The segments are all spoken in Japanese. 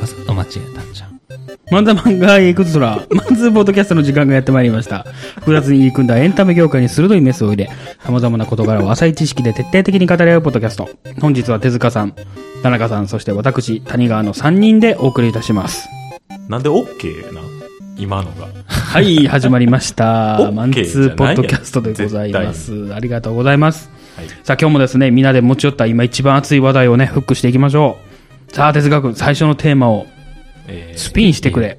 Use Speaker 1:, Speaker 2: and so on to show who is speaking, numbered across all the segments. Speaker 1: わざと間違えたんじゃん。漫画漫画エクストラ、マンズーポッドキャストの時間がやってまいりました。複雑に入り組んだエンタメ業界に鋭いメスを入れ、様々な事柄を浅い知識で徹底的に語り合うポッドキャスト。本日は手塚さん、田中さん、そして私、谷川の3人でお送りいたします。
Speaker 2: なんで OK な今のが。
Speaker 1: はい、始まりまし
Speaker 2: OK
Speaker 1: た。マンツーポッドキャストでございます。ありがとうございます。さあ、今日もですね、みんなで持ち寄った今一番熱い話題をね、フックしていきましょう。さあ、哲学、最初のテーマを
Speaker 2: えー
Speaker 1: スピンしてくれ。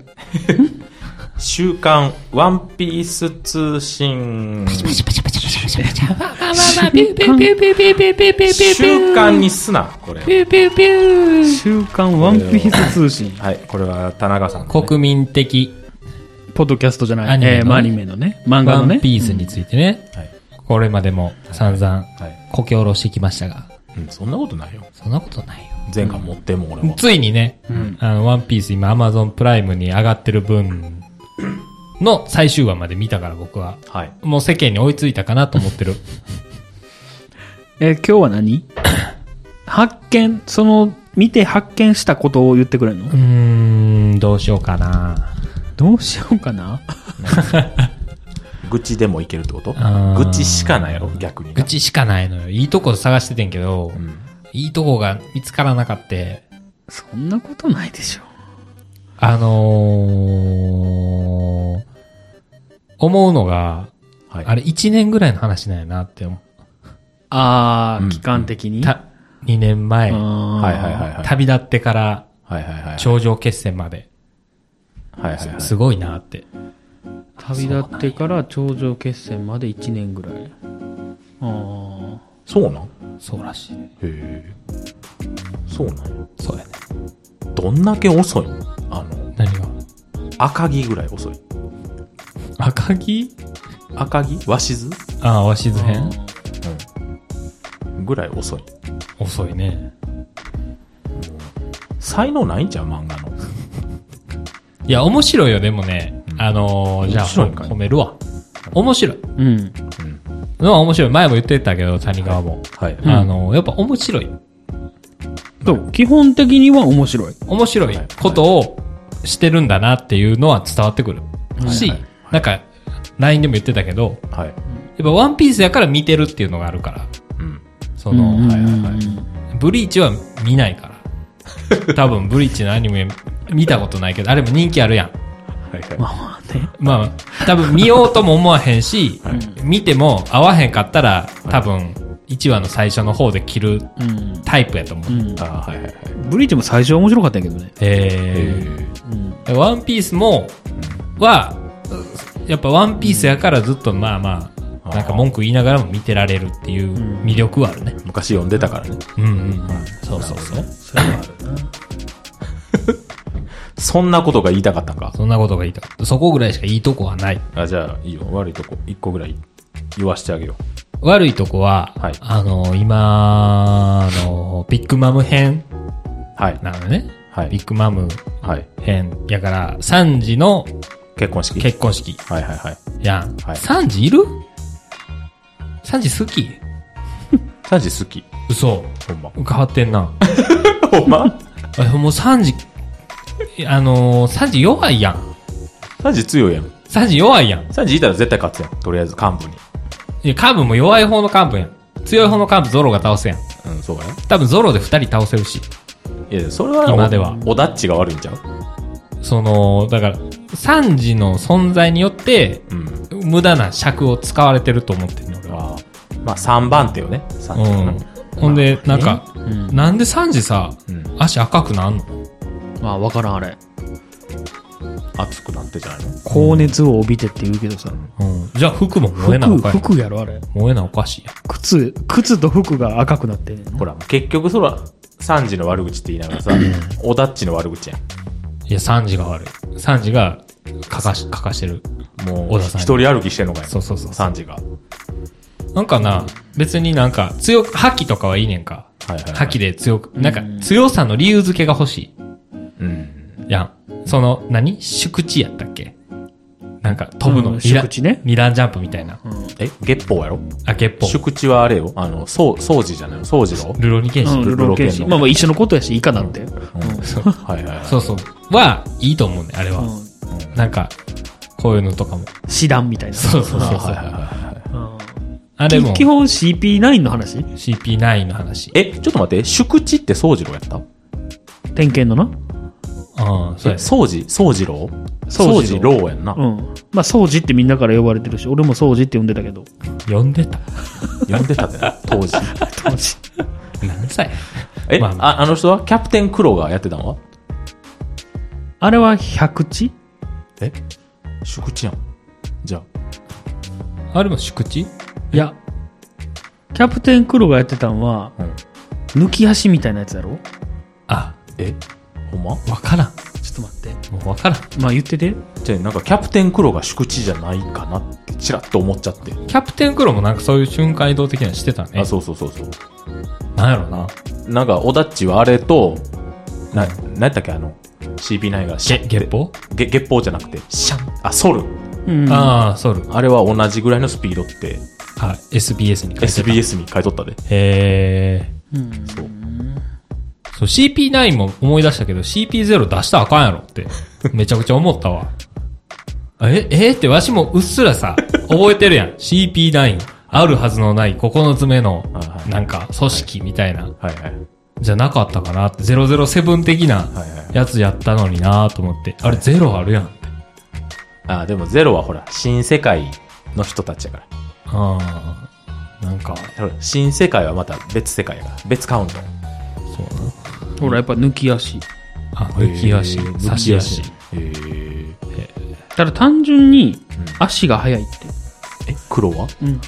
Speaker 2: 週刊ワンピース通信。週刊にすな、これ。
Speaker 1: 週刊ワンピース通信。
Speaker 2: はい、これは田中さんのね、
Speaker 3: 国民的
Speaker 1: ポッドキャストじゃない、
Speaker 3: アニメのね
Speaker 1: えーまあアニメのね、漫画
Speaker 3: ワ
Speaker 1: の
Speaker 3: ン
Speaker 1: ね。
Speaker 3: ピースについてね、
Speaker 2: はい。
Speaker 3: これまでも散々
Speaker 2: はい。
Speaker 3: こけおろしてきましたが、
Speaker 2: うん、そんなことないよ。
Speaker 3: そんなことないよ。
Speaker 2: 前回持っても俺は。
Speaker 3: ついにね、あの、ワンピース今 Amazon プライムに上がってる分の最終話まで見たから僕は。
Speaker 2: はい。
Speaker 3: もう世間に追いついたかなと思ってる。
Speaker 1: えー今日は何 発見、その、見て発見したことを言ってくれるの
Speaker 3: うーん、どうしようかな。
Speaker 1: どうしようかな
Speaker 2: 愚痴でもいけるってこと
Speaker 3: あー
Speaker 2: 愚痴しかないやろ、逆に
Speaker 3: 愚
Speaker 2: な。
Speaker 3: 痴しかないのよ。いいとこ探しててんけど、
Speaker 2: うん。
Speaker 3: いいとこが見つからなかって、
Speaker 1: そんなことないでしょ。
Speaker 3: あのー、思うのが、
Speaker 2: はい。
Speaker 3: あれ1年ぐらいの話なんやなって思う。
Speaker 1: あー、
Speaker 2: うん
Speaker 1: 期間的に。
Speaker 3: た、2年前、
Speaker 2: は
Speaker 1: はい
Speaker 2: はいはいはい。
Speaker 3: 旅立ってから
Speaker 2: はいはいはい。
Speaker 3: 頂上決戦まで、
Speaker 2: はいはいはい。
Speaker 3: すごいなって。
Speaker 1: 旅立ってから頂上決戦まで1年ぐらい。あ
Speaker 2: そうなんへ
Speaker 3: そうらしい。
Speaker 2: え。そうなん
Speaker 3: そうやね。
Speaker 2: どんだけ遅いのあの、
Speaker 3: 何が
Speaker 2: 赤城ぐらい遅い。
Speaker 3: 赤城
Speaker 2: 赤城鷲津
Speaker 3: ああ、わしずへん
Speaker 2: うん。ぐらい遅い。
Speaker 3: 遅いね。
Speaker 2: 才能ないんちゃう漫画の。
Speaker 3: いや、面白いよ、でもね。あのー、じゃあ、
Speaker 2: 面白いんかい
Speaker 3: 褒めるわ。面白い。
Speaker 1: ーうん。
Speaker 3: のは面白い。前も言ってたけど、谷川も。
Speaker 2: はい。
Speaker 1: ん
Speaker 3: あのー、やっぱ面白い。
Speaker 1: そう、基本的には面白い。
Speaker 3: 面白いことをしてるんだなっていうのは伝わってくる。し、
Speaker 2: はいはい
Speaker 3: なんか、LINE でも言ってたけど、
Speaker 2: はい。
Speaker 3: やっぱワンピースやから見てるっていうのがあるから。
Speaker 2: うん。
Speaker 3: その、
Speaker 1: うんうん
Speaker 2: はいはいはい。
Speaker 3: ブリーチは見な いから。多分、ブリーチのアニメ見たことないけど、あれも人気あるやん。
Speaker 2: はいはい。
Speaker 1: まあまあね。
Speaker 3: まあ、多分見ようとも思わへんし、見ても合わへんかったら、多分、1話の最初の方で切る
Speaker 1: うん。
Speaker 3: タイプやと思う。
Speaker 1: うん。
Speaker 2: あーはいはいはい。
Speaker 1: ブリーチも最初は面白かったけどね。
Speaker 3: えー
Speaker 2: え
Speaker 3: ワンピースも、は、やっぱワンピースやからずっとまあまあ、なんか文句言いながらも見てられるっていう魅力はあるね。
Speaker 2: ー昔読んでたからね。
Speaker 3: うんうんうん。そうそうそう。
Speaker 2: そんなことが言いたかったんか。
Speaker 3: そんなことがいいと。そこぐらいしかいいとこはない。
Speaker 2: あ、じゃあ、いいよ。悪いとこ、一個ぐらい言わしてあげよ
Speaker 3: 悪いとこは、
Speaker 2: はい
Speaker 3: あの、今、あの、ビッグマム編
Speaker 2: う。はい。
Speaker 3: なのね。
Speaker 2: はい
Speaker 3: ビッグマム
Speaker 2: はい。
Speaker 3: 編。やから、サンジの
Speaker 2: 結婚式。
Speaker 3: 結婚式
Speaker 2: はいはいはい。
Speaker 3: やん。
Speaker 2: はい
Speaker 3: サンジいるサンジ好き
Speaker 2: サンジ好き。
Speaker 3: 嘘。
Speaker 2: ほんま。
Speaker 3: 変わってん な。
Speaker 2: ほんま
Speaker 3: あもう3時、あのー、3時弱いやん。
Speaker 2: サンジ強いやん。
Speaker 3: 3時弱いやん。
Speaker 2: サンジいたら絶対勝つやん。とりあえず幹部に。
Speaker 3: いや、幹部も弱い方の幹部やん。強い方の幹部ゾロが倒すやん。
Speaker 2: うん、そうやね。
Speaker 3: 多分ゾロで2人倒せるし。
Speaker 2: いや、それは、
Speaker 3: 今では
Speaker 2: おだっちが悪いんちゃう
Speaker 3: その、だから、3時の存在によって、
Speaker 2: うん。
Speaker 3: 無駄な尺を使われてると思ってんの、俺は。
Speaker 2: あーまあ、3番手よね。サンジのね
Speaker 3: うん。ほんで、なんか、
Speaker 1: うん。
Speaker 3: なんで3時さ、
Speaker 2: うん。
Speaker 3: 足赤くなんの
Speaker 1: まあ、わからん、あれ。
Speaker 2: 熱くなってじゃないの
Speaker 1: 高熱を帯びてって言うけどさ。
Speaker 3: うん。じゃあ服も燃えなお
Speaker 1: 服、
Speaker 3: かしい。
Speaker 1: 服やろ、あれ。
Speaker 3: 燃えなおかしいやん。
Speaker 1: 靴、靴と服が赤くなってんねん
Speaker 2: ほら、結局そら、サンジの悪口って言いながらさ、おだっちの悪口やん。
Speaker 3: いや、3時が悪い。3時が、かかし、かかしてる。
Speaker 2: もう、
Speaker 3: 小田
Speaker 2: 一
Speaker 3: さん
Speaker 2: 人歩きしてんのかい
Speaker 3: そうそうそう
Speaker 2: サンジが。は
Speaker 3: なんかな、別になんか、強く、覇気とかはいいねんか。
Speaker 2: いはい、
Speaker 3: 覇気で強く、なんか、強さの理由付けが欲し
Speaker 2: うん。
Speaker 3: い。やん。その、何宿地やったっけなんか飛ぶの。
Speaker 4: うん
Speaker 3: ミラ
Speaker 4: 宿地ね
Speaker 3: ミランジャンプみたいな。
Speaker 2: え月報やろ
Speaker 3: あ、月報。
Speaker 2: 宿地はあれよ。あの、そう、掃除じゃないの掃除郎
Speaker 3: ルロニケンシ
Speaker 4: うん、ルロケンシ
Speaker 2: ルロケンの
Speaker 4: まあまあ一緒のことやし、以下なんだよ。
Speaker 2: はいはいはい。
Speaker 3: そうそう。は、いいと思うね、あれは。
Speaker 4: う
Speaker 3: なんか、こういうのとかも。
Speaker 4: 師団みたいな。
Speaker 3: そうそうそうそ。
Speaker 2: はいうはいはいはい。
Speaker 4: うん
Speaker 3: あれも
Speaker 4: 基本 CP9 の話
Speaker 3: CP9 の話。
Speaker 2: え、ちょっと待って、宿地って掃除郎やった
Speaker 4: 点検のな。
Speaker 3: うん、そうやね。
Speaker 2: 掃除、掃除郎
Speaker 4: 掃
Speaker 2: 掃
Speaker 4: 除
Speaker 2: 除
Speaker 4: 郎
Speaker 2: 郎やんな
Speaker 4: う。ん。まあ、掃除ってみんなから呼ばれてるし、俺も掃除って呼んでたけど。
Speaker 3: 呼んでた。
Speaker 2: 呼んでたで、当時。
Speaker 4: 当時。
Speaker 3: 何歳
Speaker 2: え、
Speaker 3: まあまあ
Speaker 2: あ、あの人はキャプテンクローがやってたのは
Speaker 4: あれは百地
Speaker 2: え宿地やん。じゃ
Speaker 3: あれも宿地
Speaker 4: いや、キャプテンクロがやってたんは、
Speaker 2: あ。うん。
Speaker 4: 抜き足みたいなやつだろ
Speaker 3: あ、
Speaker 2: えほんま
Speaker 3: わからん。
Speaker 4: ちょっと待って。
Speaker 3: もうわからん。
Speaker 4: まあ言ってて。
Speaker 2: じゃあなんかキャプテンクローが宿地じゃないかなって、ちらっと思っちゃって。
Speaker 3: キャプテンクロもなんかそういう瞬間移動的なのしてたね。
Speaker 2: あ、そうそうそうそう。
Speaker 3: なんやろうな。
Speaker 2: なんか、オダッチはあれと、な、なんやったっけあの、CP9 がシャン
Speaker 3: げ、
Speaker 2: って
Speaker 3: 月報
Speaker 2: げ月報じゃなくて、シャン。あ、ソル。
Speaker 4: うん。
Speaker 3: ああ、ソル。
Speaker 2: あれは同じぐらいのスピードって、
Speaker 3: あ、SBS に書いてた。へ
Speaker 2: SBS に書いとったで。
Speaker 3: え。
Speaker 4: うん
Speaker 2: そう。
Speaker 3: そう、CP9 も思い出したけど、CP0 出したらあかんやろ って、めちゃくちゃ思ったわ。え、えってわしもうっすらさ、覚えてるやん。CP9。あるはずのない9つ目の
Speaker 2: はいは、い
Speaker 3: なんか、組織みたいな、
Speaker 2: はいはい。
Speaker 3: じゃなかったかなって、007的な
Speaker 2: はいはい
Speaker 3: やつやったのになと思って、あれゼロあるやんって。
Speaker 2: あ、でもゼロはほら、新世界の人たちやから。
Speaker 3: ああ、なんか、
Speaker 2: ほら新世界はまた別世界やから。別カウント。
Speaker 3: そうな。
Speaker 4: ほら、やっぱ抜き足。
Speaker 3: あ、抜き足
Speaker 2: へー、
Speaker 3: 差し足。。
Speaker 2: 抜き足へえ。
Speaker 4: ただ単純に、足が速いって。
Speaker 2: え、黒は
Speaker 4: うん。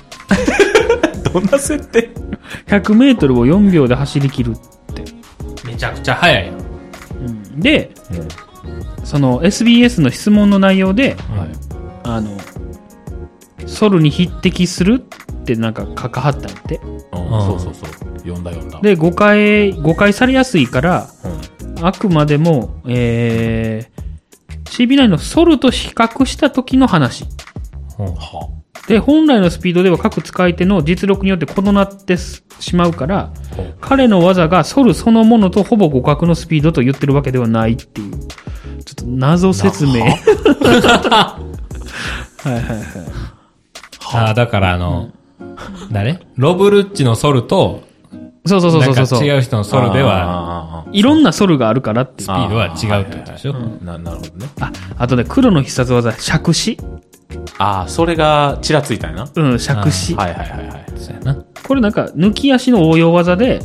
Speaker 2: どんな設定
Speaker 4: 100メートルを4秒で走り切るって。
Speaker 3: めちゃくちゃ早いやん。
Speaker 4: うん。で、その SBS の質問の内容で、
Speaker 2: はい。
Speaker 4: あの、ソルに匹敵するってなんか書かはったんやって。
Speaker 2: うん、そうそうそう。読んだ読んだ。
Speaker 4: で、誤解、誤解されやすいから、
Speaker 2: うん、
Speaker 4: あくまでも、えー、CB9 のソルと比較した時の話。
Speaker 2: は
Speaker 4: で、本来のスピードでは各使い手の実力によって異なってしまうから、彼の技がソルそのものとほぼ互角のスピードと言ってるわけではないっていう、ちょっと謎説明。はいはいはい。
Speaker 3: ああ、だからあの、誰ロブルッチのソルと、
Speaker 4: そうそうそうそうそう。
Speaker 3: なんか違う人のソルでは、
Speaker 2: あー
Speaker 4: いろんなソルがあるからっていう。
Speaker 3: スピードは違うってことでしょ
Speaker 2: あーあーななるほどね。
Speaker 4: あ、あとね、黒の必殺技、尺子。
Speaker 2: ああ、それがちらついたんやな。は
Speaker 4: うん、尺子。
Speaker 2: いはいはいはい。
Speaker 3: そうやな。
Speaker 4: これなんか、抜き足の応用技で、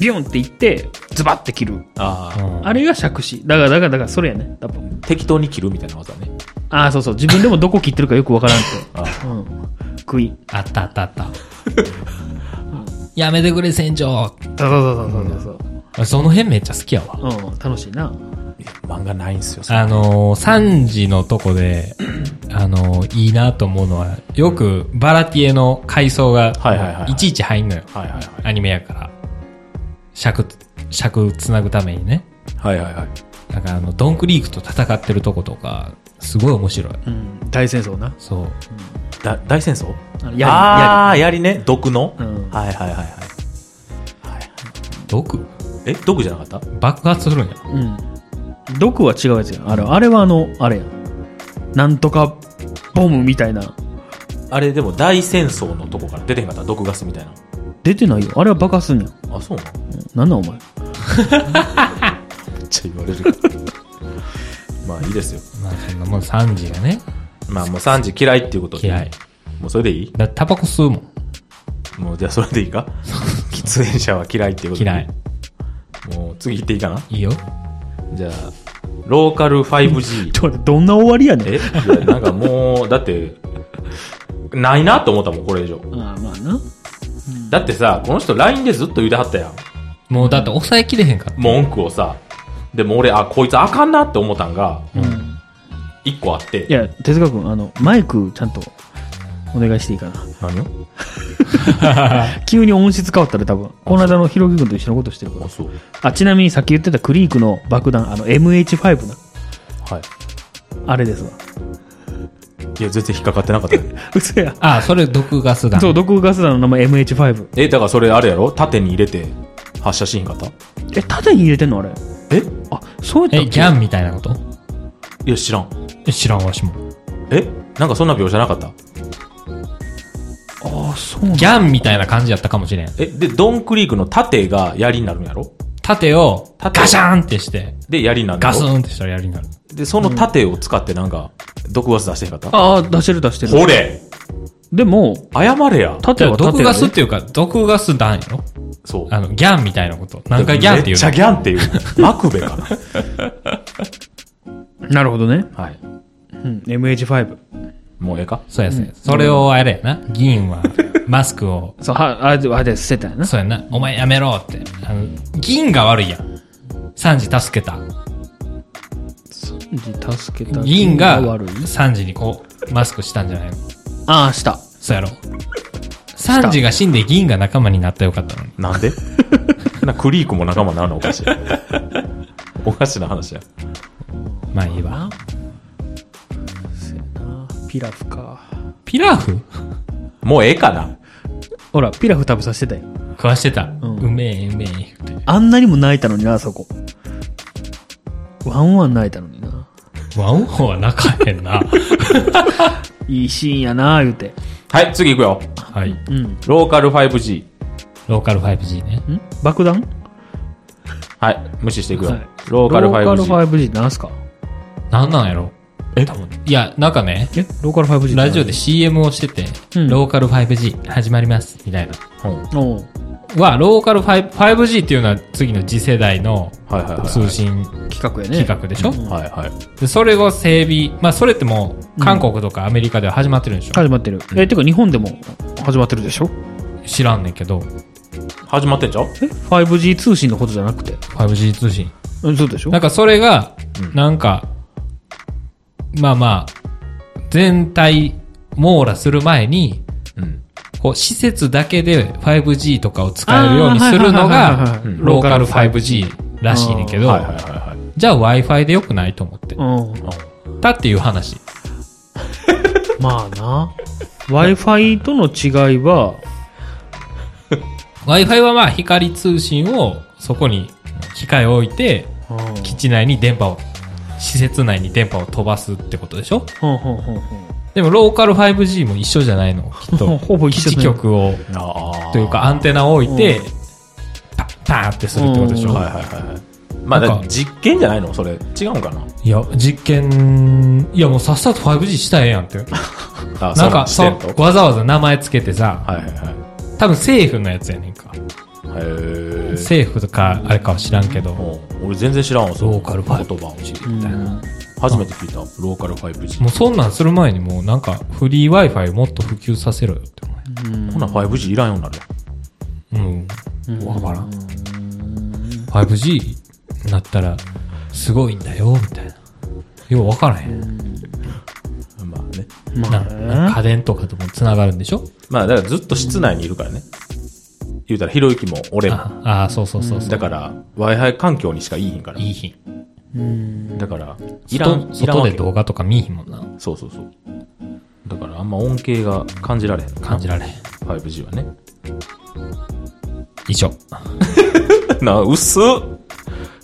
Speaker 4: ビュンっていって、ズバッて切る。
Speaker 2: ああ、
Speaker 4: あれが尺子。だから、だから、だから、それやね。多分。
Speaker 2: 適当に切るみたいな技ね。
Speaker 4: ああ、そうそう。自分でもどこ切ってるかよくわからん
Speaker 2: あー
Speaker 4: と。うん。食い。
Speaker 3: あったあったあ った。やめてくれ、船長。
Speaker 4: そうそうそうそう
Speaker 3: その辺めっちゃ好きやわ。
Speaker 4: そう。うん、楽しいな。
Speaker 2: いや漫画ないんすよ、それ
Speaker 3: あのー、3時のとこ で、あのー、いいなと思うのは、よくバラティエの階層が
Speaker 2: はいはいは、い
Speaker 3: いちいち入んのよ。
Speaker 2: はいはいは
Speaker 3: アニメやから。尺、尺つなぐためにね。
Speaker 2: い。はいはいはい。
Speaker 3: なんかあの、ドンクリークと戦ってるとことか、すごい面白い。
Speaker 4: うん。大戦争な。
Speaker 3: そう。
Speaker 2: だ大戦争
Speaker 4: あの
Speaker 2: あ
Speaker 4: や
Speaker 2: あ、やりね。毒の、
Speaker 4: うん
Speaker 2: はいはいはいはい。
Speaker 3: 毒
Speaker 2: え、毒じゃなかった
Speaker 3: 爆発するんや。
Speaker 4: り。うん。毒は違うやつやん。あれ、あれはあの、あれやん。なんとか、ボムみたいな。
Speaker 2: あれでも大戦争のとこから出てへんかった毒ガスみたいな。
Speaker 4: 出てないよ。あれは爆発すんやん。うん
Speaker 2: あ、そうなのめ
Speaker 4: なんなんお前。
Speaker 2: っちゃ言われ るけどまあいいですよ。
Speaker 3: まあそんなもん3時がね、
Speaker 2: まあもう3時嫌いっていうことで。
Speaker 3: 嫌い。
Speaker 2: もうそれでいい
Speaker 3: だタバコ吸うもん。
Speaker 2: もうじゃあそれでいい か喫煙者は嫌いっていうことで。
Speaker 3: 嫌い。
Speaker 2: もう次行っていいかない
Speaker 3: いよ。
Speaker 2: じゃあ、ローカル 5G
Speaker 4: ち。ょ、どんな終わりやねん。
Speaker 2: えいやなんかもう、だって、ないなと思ったもん、これ以上。
Speaker 4: ああ、まあな。
Speaker 2: だってさ、この人 LINE でずっと言うてはったやん。
Speaker 3: もうだって抑えきれへんかった。
Speaker 2: 文句をさ。でも俺、あ、こいつあかんなって思ったんが、一個あって。
Speaker 4: いや、手塚君、あの、マイクちゃんとお願いしていいかな。
Speaker 2: 何を
Speaker 4: 急に音質変わったら多分、この間のひろき君と一緒のことしてるから
Speaker 2: あ、。そう。
Speaker 4: あ、ちなみにさっき言ってたクリークの爆弾、あの、MH5 な、
Speaker 2: はい。
Speaker 4: あれですわ。
Speaker 2: いや、全然引っかかってなかったよ。
Speaker 4: 嘘や。
Speaker 3: あ、それ毒ガス弾。
Speaker 4: そう、毒ガス弾の名前 MH5。
Speaker 2: え、だからそれあれやろ縦に入れて発射しひんかった
Speaker 4: え、縦に入れてんのあれ。
Speaker 2: え
Speaker 4: あ、そうやったっ
Speaker 3: え、
Speaker 4: け
Speaker 3: ギャンみたいなこと
Speaker 2: いや、知らん。
Speaker 3: え知らんわしも。
Speaker 2: えなんかそんな描写なかった
Speaker 4: あ、そうなん
Speaker 3: ギャンみたいな感じやったかもしれん。
Speaker 2: え、で、ドンクリークの縦が槍になるんやろ
Speaker 3: 縦を
Speaker 2: 縦を
Speaker 3: ガシャーンってして、
Speaker 2: で、槍になるんや
Speaker 3: ガス
Speaker 2: ろ
Speaker 3: ーンってしたらやりになる。
Speaker 2: で、その縦を使ってなんか、毒ガス出してへんかった
Speaker 4: ああ、出してる出してる。
Speaker 2: ほれ
Speaker 4: でも、
Speaker 2: 謝れや
Speaker 4: 縦
Speaker 3: じゃ
Speaker 4: は
Speaker 3: あ
Speaker 4: 縦やで
Speaker 3: 毒ガスっていうか、毒ガス弾よ。
Speaker 2: そう。
Speaker 3: あの、ギャンみたいなこと。何回ギャンって言
Speaker 2: めっ
Speaker 3: う
Speaker 2: ちゃ
Speaker 3: の
Speaker 2: ギャンっていう。マクベかな。
Speaker 4: なるほどね。
Speaker 2: はい。
Speaker 4: うん、MH5。
Speaker 2: もうええか
Speaker 3: そうやそうや。それをあれやな。議員は、マスクを、
Speaker 4: そう、は、あれで、あれで捨てたんやな。
Speaker 3: そうやな。お前やめろって。あの、議員が悪いやん。サンジ助けた。
Speaker 4: 助けた。
Speaker 3: 議員が
Speaker 4: 悪い、
Speaker 3: サンジにこう、マスクしたんじゃないの
Speaker 4: ああ、した。
Speaker 3: そうやろ。サンジが死んで議員が仲間になったらよかったのに。
Speaker 2: な んでな、クリークも仲間なのおかしい。おかしな話や。
Speaker 3: まあいいわ。
Speaker 4: ピラフか。
Speaker 3: ピラフ
Speaker 2: もうええかな
Speaker 4: ほら、ピラフ食べさせてたよ。
Speaker 3: 食わしてた。うんめえ、うめえ。って
Speaker 4: あんなにも泣いたのにな、そこ。ワンワン泣いたのにな。
Speaker 3: ワンホは仲ええな。
Speaker 4: いいシーンやな、言うて。
Speaker 2: はい、次行くよ。
Speaker 3: はい。
Speaker 4: うん。
Speaker 2: ローカル 5G。
Speaker 3: ローカル 5G ね。
Speaker 4: ん爆弾
Speaker 2: はい、無視していくよ。
Speaker 4: はい
Speaker 2: ローカル 5G。
Speaker 4: ローカル 5G なんすか
Speaker 3: なんなんやろえ多分。いや、なんかね、
Speaker 4: えローカル 5G って何
Speaker 3: ラジオで CM をしてて、
Speaker 4: うん
Speaker 3: ローカル 5G 始まります、みたいな。
Speaker 4: おう
Speaker 3: は、ローカル 5- 5G っていうのは次の次世代の
Speaker 2: はいはいはいはい
Speaker 3: 通信
Speaker 4: 企画やね。
Speaker 3: 企画でしょ、
Speaker 2: うんはいはい。
Speaker 3: でそれを整備。まあ、それってもう、韓国とかアメリカでは始まってるんでしょ、
Speaker 4: 始まってる。え、てか日本でも始まってるでしょ
Speaker 3: 知らんねんけど、
Speaker 2: 始まってんちゃう
Speaker 4: え ?5G 通信のことじゃなくて。
Speaker 3: 5G 通信。
Speaker 4: うんそうでしょ
Speaker 3: なんかそれが、なんか、まあまあ、全体網羅する前に、
Speaker 2: うん。
Speaker 3: こう、施設だけで 5G とかを使えるようにするの
Speaker 4: あーはいはいは
Speaker 3: が
Speaker 4: いはいはい、
Speaker 3: ローカル 5G らしいねんけど
Speaker 2: はい、はいはいはい。
Speaker 3: じゃあ Wi-Fi でよくないと思って
Speaker 4: うん。
Speaker 3: たっていう話。
Speaker 4: まあな。Wi-Fi との違いは、
Speaker 3: Wi-Fi はまあ光通信をそこに機械を置いて、
Speaker 4: うん
Speaker 3: 基地内に電波を、施設内に電波を飛ばすってことでしょ
Speaker 4: ほんほんほんほん
Speaker 3: でもローカル 5G も一緒じゃないのきっ
Speaker 4: ほ
Speaker 3: と。
Speaker 4: ほぼ一緒
Speaker 3: 基地局を、
Speaker 2: ああ。
Speaker 3: というかアンテナを置いて、パッパーってするってことでしょ
Speaker 2: はいはいはいはい。まあ、
Speaker 3: なんか
Speaker 2: だから実験じゃないのそれ。違うんかない
Speaker 3: や、実験、いやもうさっさと 5G したらええやんって。
Speaker 2: あ
Speaker 3: なんか、
Speaker 2: そ
Speaker 3: そうう、わざわざ名前つけてさ、
Speaker 2: はいはいは
Speaker 3: 多分政府のやつやねんか。
Speaker 2: い。へえ。
Speaker 3: 政府とか、あれかは知らんけど、
Speaker 2: もう俺全然知らんわ、その
Speaker 3: ローカル 5G
Speaker 2: 言葉を。
Speaker 3: みたいな。
Speaker 2: 初めて聞いた。ローカル 5G
Speaker 3: も。うそんなんする前にもうなんか、フリー Wi-Fi をもっと普及させろよって
Speaker 2: ほな 5G いらんようになるやん。
Speaker 3: 思う。うん。わからん。5G になったら、すごいんだよ、みたいな。ようわからへん。
Speaker 2: まあね。
Speaker 3: ななんか家電とかとも繋がるんでしょ
Speaker 2: まあ、だからずっと室内にいるからね。言うたら、ひろゆきも俺も。
Speaker 3: ああー、そうそうそうそう。
Speaker 2: だから、Wi-Fi 環境にしかいいひんから。
Speaker 3: いい日。
Speaker 2: だから、いらん、
Speaker 3: 外
Speaker 2: いらん
Speaker 3: 外
Speaker 2: わけ
Speaker 3: で動画とか見えひんもんな。
Speaker 2: そうそうそう。だから、あんま恩恵が感じられへん。
Speaker 3: 感じられへん。
Speaker 2: 5G はね。
Speaker 3: 以上。
Speaker 2: なあ、薄っ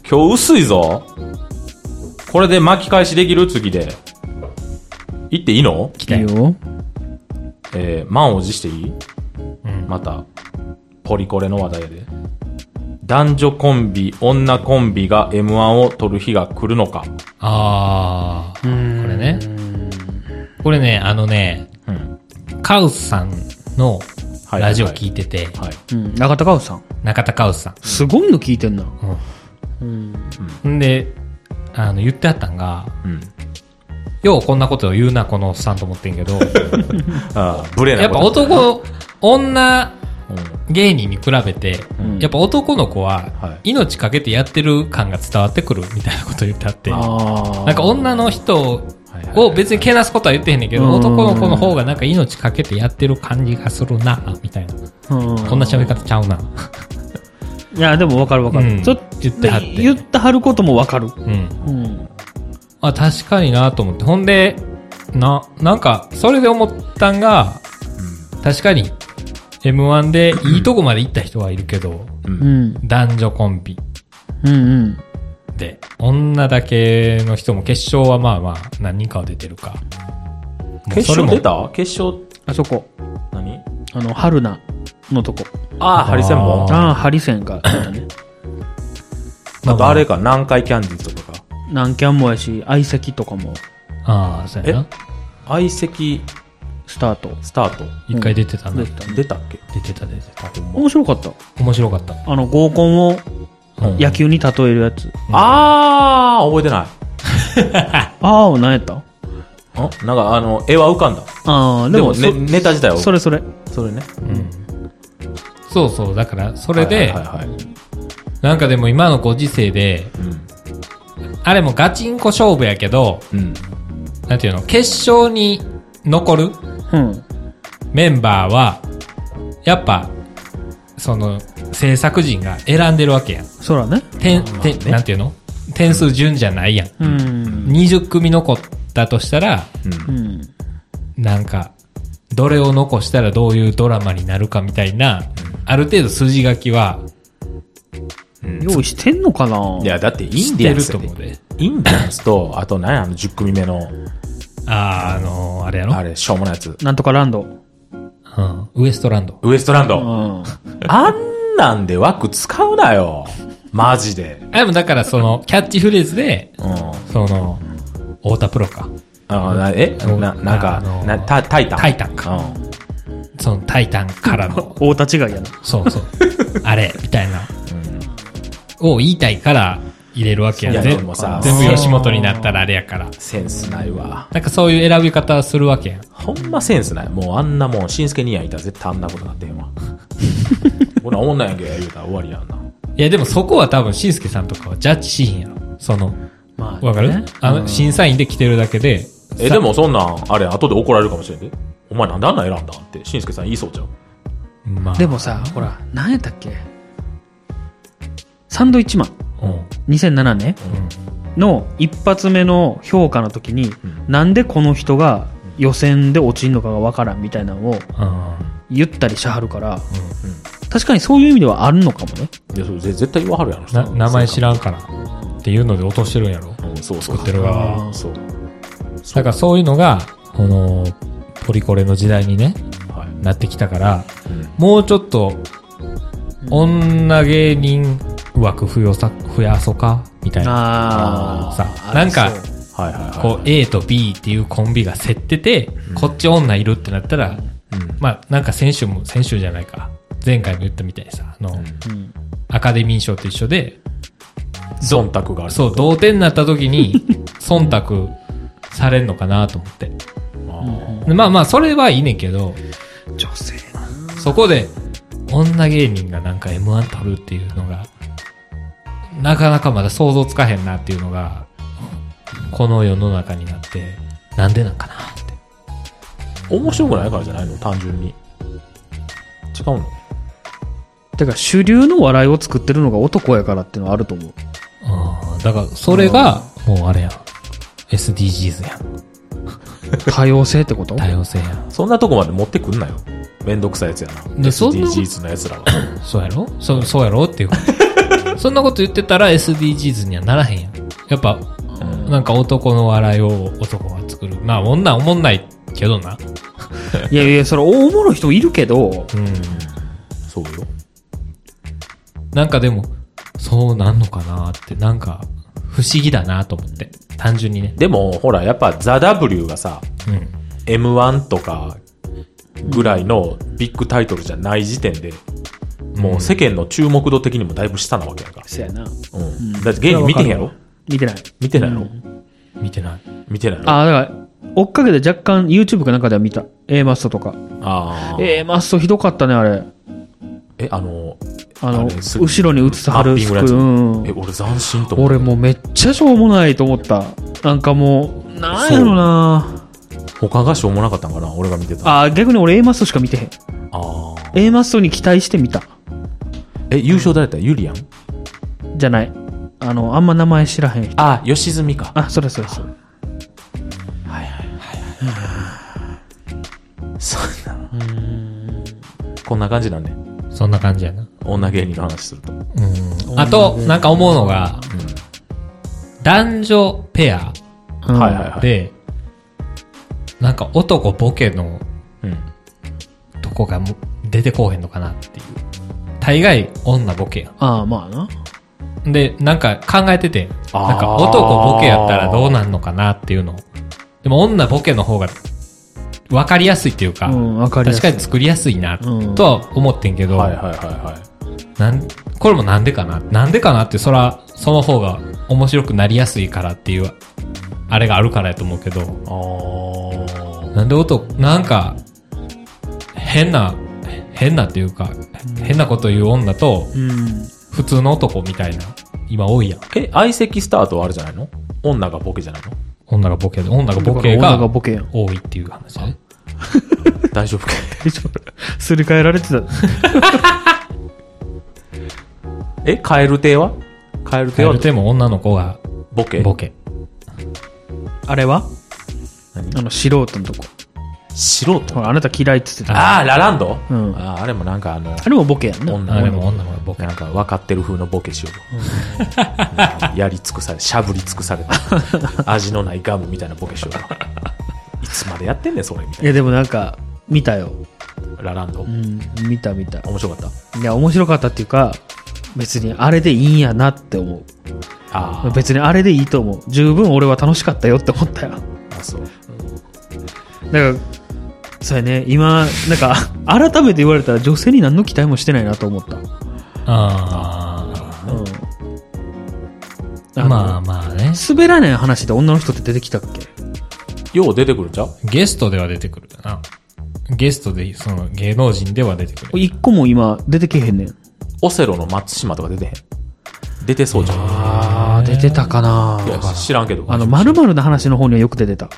Speaker 2: 今日薄いぞ。これで巻き返しできる次で。行っていいの
Speaker 3: 来た
Speaker 4: いい
Speaker 3: よ。
Speaker 4: よ。
Speaker 2: えー、満を持していい
Speaker 3: うん。
Speaker 2: また、ポリコレの話題やで。男女コンビ、女コンビが M1 を取る日が来るのか。
Speaker 3: ああ、これね。これね、あのね、
Speaker 2: うん。
Speaker 3: カウスさんの
Speaker 2: はい
Speaker 3: ラジオ聞いてて、
Speaker 2: はい。
Speaker 4: うん。中田カウさん。
Speaker 3: 中田カウスさ
Speaker 4: すごいの聞いてんな。
Speaker 3: ん。んで、あの、言ってあったんが、
Speaker 2: うん。
Speaker 3: ようこんなことを言うな、このおっさんと思ってんけど、
Speaker 2: ああ、ブレ
Speaker 3: や
Speaker 2: な
Speaker 3: っ
Speaker 2: こ
Speaker 3: ぱ
Speaker 2: と。
Speaker 3: 男、女
Speaker 2: うん
Speaker 3: 芸人に比べて、やっぱ男の子は
Speaker 2: は、
Speaker 3: 命かけてやってる感が伝わってくるみたいなことを言ってあって、
Speaker 4: ああ。
Speaker 3: なんか女の人
Speaker 2: はいはい
Speaker 3: を別にけなすことは言ってへんねんけ
Speaker 4: うん
Speaker 3: ど、男の子の方がなんか命かけてやってる感じがするな、みたいな。
Speaker 4: うん、
Speaker 3: こんな喋り方ちゃうな。
Speaker 4: いや、でもわかるわかる。
Speaker 3: うん
Speaker 4: ちょっと
Speaker 3: 言ってはって
Speaker 4: 言ってはることもわかる。
Speaker 3: うん。
Speaker 4: うん。
Speaker 3: あ、確かになと思って。ほんで、な、なんか、それで思ったんが、確かに、M1 でいいとこまで行った人はいるけど、
Speaker 4: うん。
Speaker 3: 男女コンビ
Speaker 4: うんうん。
Speaker 3: で、女だけの人も決勝はまあまあ、何人かは出てるか。もう
Speaker 2: 決
Speaker 3: それ
Speaker 2: 勝
Speaker 3: も
Speaker 2: 出た決勝、
Speaker 4: あそこ、
Speaker 2: 何
Speaker 4: あの、春菜のとこ。
Speaker 2: ああ、ハリセンボン。
Speaker 3: あー
Speaker 4: ああ、ハリセンが出たね。
Speaker 2: あとあれか、南海キャンディーズとかか。
Speaker 4: 南キャンもやし、相席とかも
Speaker 3: ああ、そうやな。
Speaker 2: 相席
Speaker 4: スタート。
Speaker 2: スタート。
Speaker 3: 一回出てたな。
Speaker 4: うん
Speaker 3: 出
Speaker 2: 出たっけ
Speaker 3: てた、出てた。
Speaker 4: 面白かった。
Speaker 3: 面白かった。
Speaker 4: あの、合コンを
Speaker 3: うん
Speaker 4: 野球に例えるやつ。
Speaker 2: ああ、覚えてない。
Speaker 4: ああ、何やった
Speaker 2: んなんか、あの、絵は浮かんだ。
Speaker 4: ああ、
Speaker 2: で
Speaker 4: で
Speaker 2: も、
Speaker 4: も、
Speaker 2: ね、ネタ自体は
Speaker 4: そそれそれ。
Speaker 2: それね。
Speaker 3: そうそう、だから、そ
Speaker 2: そ
Speaker 3: れで
Speaker 2: はい、はいはい。
Speaker 3: なんかでも今のご時世で、
Speaker 2: うん。
Speaker 3: あれもガチンコ勝負やけど、
Speaker 2: うん。
Speaker 3: なんていうの、決勝に残る
Speaker 4: うん。
Speaker 3: メンバーは、やっぱ、その、制作陣が選んでるわけやん。
Speaker 4: そらね。
Speaker 3: 点、点、なんていうの点数順じゃないやん。
Speaker 4: うん。
Speaker 3: 20組残ったとしたら、
Speaker 2: うん
Speaker 4: うん。
Speaker 3: なんか、どれを残したらどういうドラマになるかみたいな、ある程度筋書きは
Speaker 4: 用意してんのかない
Speaker 2: や、だって、イン
Speaker 3: し
Speaker 2: ディ
Speaker 3: て
Speaker 2: アン
Speaker 3: る
Speaker 2: ス
Speaker 3: と
Speaker 2: やで
Speaker 3: 思うで。
Speaker 2: インディアンスと、あと、何や、あの、10組目の、
Speaker 3: あー、あのー、あれやろ
Speaker 2: あれ、しょうもないやつ。
Speaker 4: なんとかランド。
Speaker 3: うん。ウエストランド。
Speaker 2: ウエストラン
Speaker 4: う
Speaker 2: ド。
Speaker 4: ん。
Speaker 2: あんなんで枠使うなよ。マジで。
Speaker 3: あ、でもだからその、キャッチフレーズで、
Speaker 2: うん。
Speaker 3: その、太田プロか。
Speaker 2: あなえな、なんか、
Speaker 3: あのー
Speaker 2: なタタイタン。
Speaker 3: タイタンか
Speaker 2: うん。
Speaker 3: その、タイタンから の、
Speaker 4: 大立ちがいやな。
Speaker 3: そうそう。あれ、みたいな。を言いたいから入れるわけや
Speaker 2: い
Speaker 3: ん
Speaker 2: や
Speaker 3: 全
Speaker 2: でもさ
Speaker 3: 全部吉本になったらあれやから。
Speaker 2: センスないわ。
Speaker 3: なんかそういう選び方するわけやん。
Speaker 2: ほんまセンスない。もうあんなもん、しんすけ兄やんいたら絶対あんなことなってへ んわ。俺らおもんないんけ、言うたら終わりやんな。
Speaker 3: いやでもそこは多分、しんすけさんとかはジャッジしひんやろ。その、
Speaker 4: まあ、
Speaker 3: わかる、
Speaker 4: ね
Speaker 3: あの、審査員で来てるだけで、
Speaker 2: え、でもそんなん、あれ、後で怒られるかもしれんで。お前なんであんなん選んだんって、しんすけさん言いそうじゃん。
Speaker 3: まあ、
Speaker 4: でもさ、ほら、何やったっけサンドイッチマン。
Speaker 3: うん、
Speaker 4: 2007年の一発目の評価の時に、
Speaker 2: ん
Speaker 4: なんでこの人が予選で落ちんのかがわからんみたいなのを
Speaker 3: うん、
Speaker 4: 言ったりしはるから、確かにそういう意味ではあるのかもね。
Speaker 2: いや、それぜ絶対言わはるやろ、
Speaker 3: な、名前知
Speaker 2: ら
Speaker 3: らんから、っていうので落としてるんやろ。
Speaker 2: うん、そうそう。
Speaker 3: 作ってる側は。
Speaker 2: そう。
Speaker 3: だからそういうのが、この、ポリコレの時代にね、
Speaker 2: はい。
Speaker 3: なってきたから、
Speaker 2: うん
Speaker 3: もうちょっと、女芸人枠増やさ、増やそうかみたいな。
Speaker 4: あ
Speaker 3: さ
Speaker 4: あ、
Speaker 3: なんか、
Speaker 2: はいはいはい。
Speaker 3: こう A と B っていうコンビが競ってて、こっち女いるってなったら、
Speaker 2: うん
Speaker 3: まあなんか先週も、先週じゃないか。前回も言ったみたいにさ、あの、
Speaker 4: ん
Speaker 3: アカデミー賞と一緒で、
Speaker 2: 忖度がある。
Speaker 3: そう、同点になった時 に、忖度されんのかなと思って。
Speaker 2: あ
Speaker 3: まあまあ、それはいいねんけど、
Speaker 4: 女性な。
Speaker 3: そこで、女芸人がなんか M1 取るっていうのが、なかなかまだ想像つかへんなっていうのが、この世の中になって、なんでなんかなって。
Speaker 2: ー面白くないからじゃないの単純に。違うの
Speaker 4: だから主流の笑いを作ってるのが男やからっていうのはあると思う。
Speaker 3: うんだから、それが、もうあれやん。SDGs やん。
Speaker 4: 多様性ってこと
Speaker 3: 多様性やん。
Speaker 2: そんなとこまで持ってくんなよ。めんどくさいやつやな。
Speaker 3: でそんなこと
Speaker 2: SDGs のやつらは。
Speaker 3: そうやろそそうやろっていう。 そんなこと言ってたら SDGs にはならへんやん。やっぱ、なんか男の笑いを男が作る。まあ、女は思んないけどな。
Speaker 4: いやいや、それ大物人いるけど、
Speaker 3: うん。
Speaker 2: そうよ。
Speaker 3: なんかでも、そうなんのかなって、なんか、不思議だなと思って。単純にね。
Speaker 2: でも、ほら、やっぱザ・ W がさ、
Speaker 3: うん。
Speaker 2: M1 とかぐらいのビッグタイトルじゃない時点で、もう世間の注目度的にもだいぶ下なわけやから。
Speaker 4: そやな。
Speaker 2: うん。だって芸人見てへんやろ
Speaker 4: 見てない。
Speaker 2: 見てないやろ
Speaker 3: 見てない。
Speaker 2: 見てないやろ
Speaker 4: ああ、だから、追っかけて若干 YouTube かなんかでは見た。A マストとか。
Speaker 2: あー
Speaker 4: A マストひどかったね、あれ。
Speaker 2: え、あの、
Speaker 4: あ
Speaker 2: あ
Speaker 4: の、
Speaker 2: れすぐ
Speaker 4: 後ろに映すは
Speaker 2: マッ
Speaker 4: る
Speaker 2: ピン
Speaker 4: ス
Speaker 2: グ
Speaker 4: ク
Speaker 2: のやつえ、
Speaker 4: ーン。
Speaker 2: 俺斬新と思う。
Speaker 4: 俺もうめっちゃしょうもないと思った。なんかもう、なんやろな
Speaker 2: 他がしょうもなかったんかな俺が見てた。あ
Speaker 4: ああ、逆に俺 A マストしか見てへん。
Speaker 2: あー。
Speaker 4: A マストに期待して見た。
Speaker 2: え、優勝誰やったユリアン
Speaker 4: じゃない。あの、あんま名前知らへん人。
Speaker 2: あ、吉住か。
Speaker 4: あ、それそれそれ。
Speaker 2: はいはいはいはい。そんな。こんな感じなんで、
Speaker 3: そんな感じやな。
Speaker 2: 女芸人の話すると。
Speaker 3: うん。あと、なんか思うのが、男女ペア
Speaker 1: うん
Speaker 2: はいはいはい。
Speaker 3: で、なんか男ボケの
Speaker 2: うん。
Speaker 3: とこがも出てこうへんのかなっていう。大概女ボケや
Speaker 4: ああ、まあな。
Speaker 3: ん。で、なんか考えてて、
Speaker 2: あー
Speaker 3: なんか男ボケやったらどうなんのかなっていうのをでも女ボケの方が分かりやすいっていうか、
Speaker 4: うん、わかり
Speaker 3: 確
Speaker 4: やすい。
Speaker 3: かに作りやすいな、
Speaker 4: うん
Speaker 3: とは思ってんけど、
Speaker 2: はいはいはいはい。
Speaker 3: なん、これもなんでかななんでかなって、そら、その方が面白くなりやすいからっていう、あれがあるからやと思うけど、
Speaker 2: あー
Speaker 3: なんで男、なんか、変な、変なっていうか、変なこと言う女と、
Speaker 4: うん。
Speaker 3: 普通の男みたいな、今多いやん。
Speaker 2: え、相席スタートはあるじゃないの女がボケじゃないの
Speaker 3: 女がボケで、女がボケ
Speaker 4: 女
Speaker 3: が
Speaker 4: がボケやん。
Speaker 3: 多いっていう話ね。
Speaker 2: 大丈夫か
Speaker 4: すり替えられてた。
Speaker 2: え、カエル亭はカエル亭
Speaker 3: や
Speaker 2: は
Speaker 3: るても女の子が
Speaker 2: ボケ
Speaker 3: ボケ。
Speaker 4: あれは
Speaker 2: 何
Speaker 4: あの、素人のとこ。
Speaker 2: 素
Speaker 4: ほ
Speaker 2: 人
Speaker 4: ら、あなた嫌いって言ってた。
Speaker 2: あー、ラランド
Speaker 4: うん
Speaker 2: あーあれもなん かあの、
Speaker 4: あれもボケやんな。
Speaker 2: 女
Speaker 3: あ
Speaker 2: の
Speaker 3: で
Speaker 2: 子
Speaker 3: も女の子がボケ
Speaker 2: な。んか分かってる風のボケしよう、 やり尽くされ、しゃぶり尽くされ た。味のないガムみたいなボケしよ う。いつまでやってんねん、それ、みた
Speaker 4: い
Speaker 2: い
Speaker 4: や、でもなんか、見たよ。
Speaker 2: な。ラランド。
Speaker 4: うん、見た見た。
Speaker 2: 面白かっ
Speaker 4: いや、面白かったっていうか、別にあれでいいんやなって思う。
Speaker 2: た。あー
Speaker 4: 別にあれでいいと思う。十分俺は楽しかったよって思ったよ。だか
Speaker 2: あ、そう。
Speaker 4: ら、そうやね、今、なんか、 改めて言われたら女性に何の期待もしてないなと思った。
Speaker 3: あ
Speaker 4: うん。
Speaker 3: あ。まあまあね
Speaker 4: あ。滑らない話で女の人って出てきたっけ
Speaker 2: よう出てくるんちゃう
Speaker 3: ゲストでは出てくるよな。ゲストで、その芸能人では出てくる。
Speaker 4: 一個も今、出てけへんねん。
Speaker 2: オセロの松島とか出てへん。出てそうじゃん。
Speaker 4: ああ、出てたかない
Speaker 2: や、知らんけど。
Speaker 4: あの、まるな話の方にはよく出てた。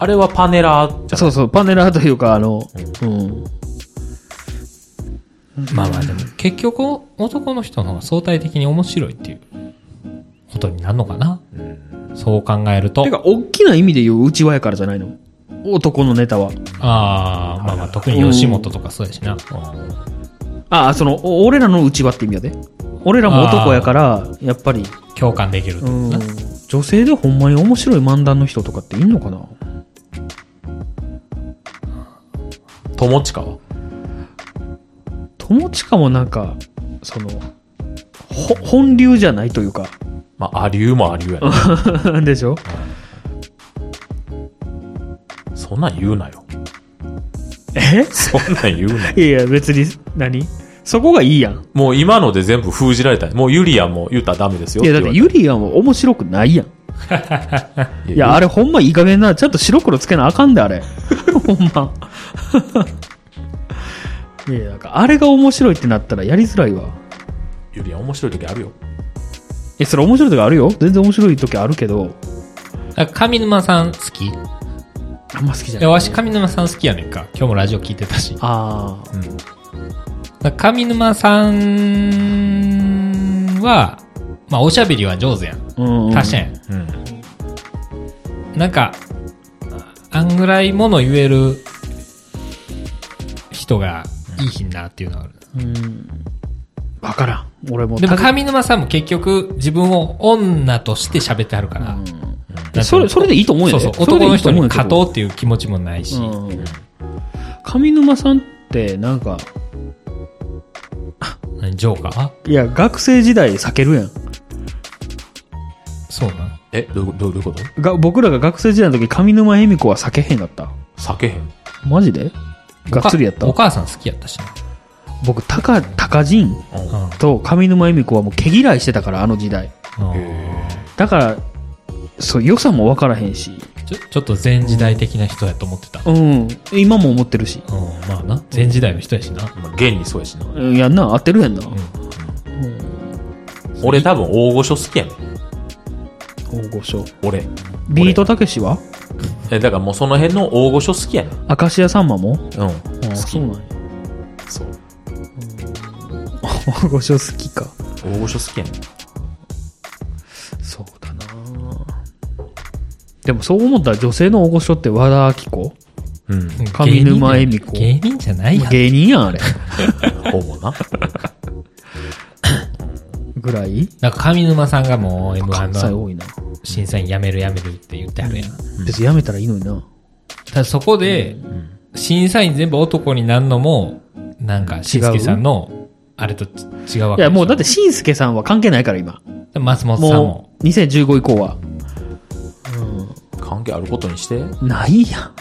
Speaker 2: あれはパネラーじゃん。
Speaker 4: そうそう、パネラーというか、あの、うん。
Speaker 3: まあまあでも、結局男の人の方が相対的に面白いっていうことになるのかな。そう考えると
Speaker 4: て。か、大きな意味で言う、うちわやからじゃないの男のネタは。
Speaker 3: ああ、まあまあ特に吉本とかそうやしな。
Speaker 4: ああ、その、お俺らのうちわって意味やで。俺らも男やから、やっぱり、
Speaker 3: 共感できるってこと
Speaker 4: うん
Speaker 3: な。。
Speaker 4: 女性でほんまに面白い漫談の人とかっていんのかな
Speaker 2: 友近は。
Speaker 4: 友近もなんか、その、ほ、本流じゃないというか。
Speaker 2: まあ、アリューもアリューやな。
Speaker 4: でしょ
Speaker 2: そんなん言うなよ。
Speaker 4: え
Speaker 2: そんなん言うなよ。
Speaker 4: いやいや、別に、何そこがいいやん。
Speaker 2: もう今ので全部封じられた。もうユリアも言ったらダメですよ。
Speaker 4: いや、だって
Speaker 2: 言わ
Speaker 4: ユリアンは面白くな いやん。
Speaker 2: れて
Speaker 4: いや、あれほんまいい加減な、ちゃんと白黒つけなあかんで、あれ。 ほんま。 いや、なんか、あれが面白いってなったらやりづらいわ。
Speaker 2: ユリア面白い時あるよ。
Speaker 4: え、それ面白い時あるよ全然面白い時あるけど、
Speaker 3: だから上沼さん好きい
Speaker 4: あんま好きじ
Speaker 3: や、
Speaker 4: ゃない。
Speaker 3: わし上沼さん好きやねんか。今日もラジオ聞いてたし。
Speaker 4: ああ、
Speaker 3: だから上沼さんは、まあおしゃべりは上手やん。
Speaker 4: うん。
Speaker 3: 確かに。
Speaker 2: うん。
Speaker 3: なんか、あんぐらいもの言える人がいい品なっていうのはある。
Speaker 4: うん。わからん。俺も。
Speaker 3: でも
Speaker 4: ただ
Speaker 3: 上沼さんも結局自分を女として喋ってあるから。なんか
Speaker 4: それ、それでいいと思うよ、
Speaker 3: そう
Speaker 4: ね。
Speaker 3: そう。男
Speaker 4: れでい
Speaker 3: の
Speaker 4: いと
Speaker 3: 人
Speaker 4: 思
Speaker 3: に
Speaker 4: うんやけど
Speaker 3: 勝とうっていう気持ちもないし。
Speaker 4: うん。上沼さんって、なんか、
Speaker 3: 何ジョーカー
Speaker 4: いや、学生時代避けるやん。
Speaker 3: そうな
Speaker 2: え、どういうどういうこと
Speaker 4: が僕らが学生時代の時、上沼恵美子は避けへんかった。
Speaker 2: 避けへん。
Speaker 4: マジで
Speaker 3: の
Speaker 4: がっつりやった
Speaker 3: お母さん好きやったしな。
Speaker 4: 僕、高、高人
Speaker 3: うん
Speaker 4: と上沼恵美子はもう毛嫌いしてたから、あの時代。だから、そう、良さもわからへんし。
Speaker 3: ちょちょっと前時代的な人やと思ってた。うん、
Speaker 4: うん。今も思ってるし。
Speaker 3: まあな。前時代の人やしな。
Speaker 2: まあ、現にそうやしな。
Speaker 4: うんやんな、合ってるやんな。
Speaker 2: 俺多分大御所好きやねん。
Speaker 4: 大御所。
Speaker 2: 俺。
Speaker 4: ビートたけしは
Speaker 2: え、だからもうその辺の大御所好きやねん。
Speaker 4: アカシアさんまも
Speaker 2: うん。
Speaker 4: あそうなんや。
Speaker 2: そう。
Speaker 4: 大御所好きか。
Speaker 2: 大御所好きやねん。
Speaker 4: そうだなでもそう思ったら女性の大御所って和田アキ子
Speaker 2: うん。
Speaker 4: 上沼恵美子
Speaker 3: 芸人じゃないやん。
Speaker 4: 芸人やん、あれ。
Speaker 2: ほぼな。
Speaker 4: ぐらい
Speaker 3: なんか上沼さんがもう M1
Speaker 4: 関西
Speaker 3: の
Speaker 4: 多いな。
Speaker 3: 審査員辞める辞めるって言ってはるやん。
Speaker 4: 別にやめたらいいのにな。
Speaker 3: ただそこで、審査員全部男になるのも、なんか、しすけさんの、あれとち違うわ
Speaker 4: い
Speaker 3: けでしょ
Speaker 4: や、もうだって、しんすけさんは関係ないから、今。
Speaker 3: 松本さんも
Speaker 4: も。う、2015以降は。
Speaker 2: 関係あることにして、
Speaker 4: ないやん。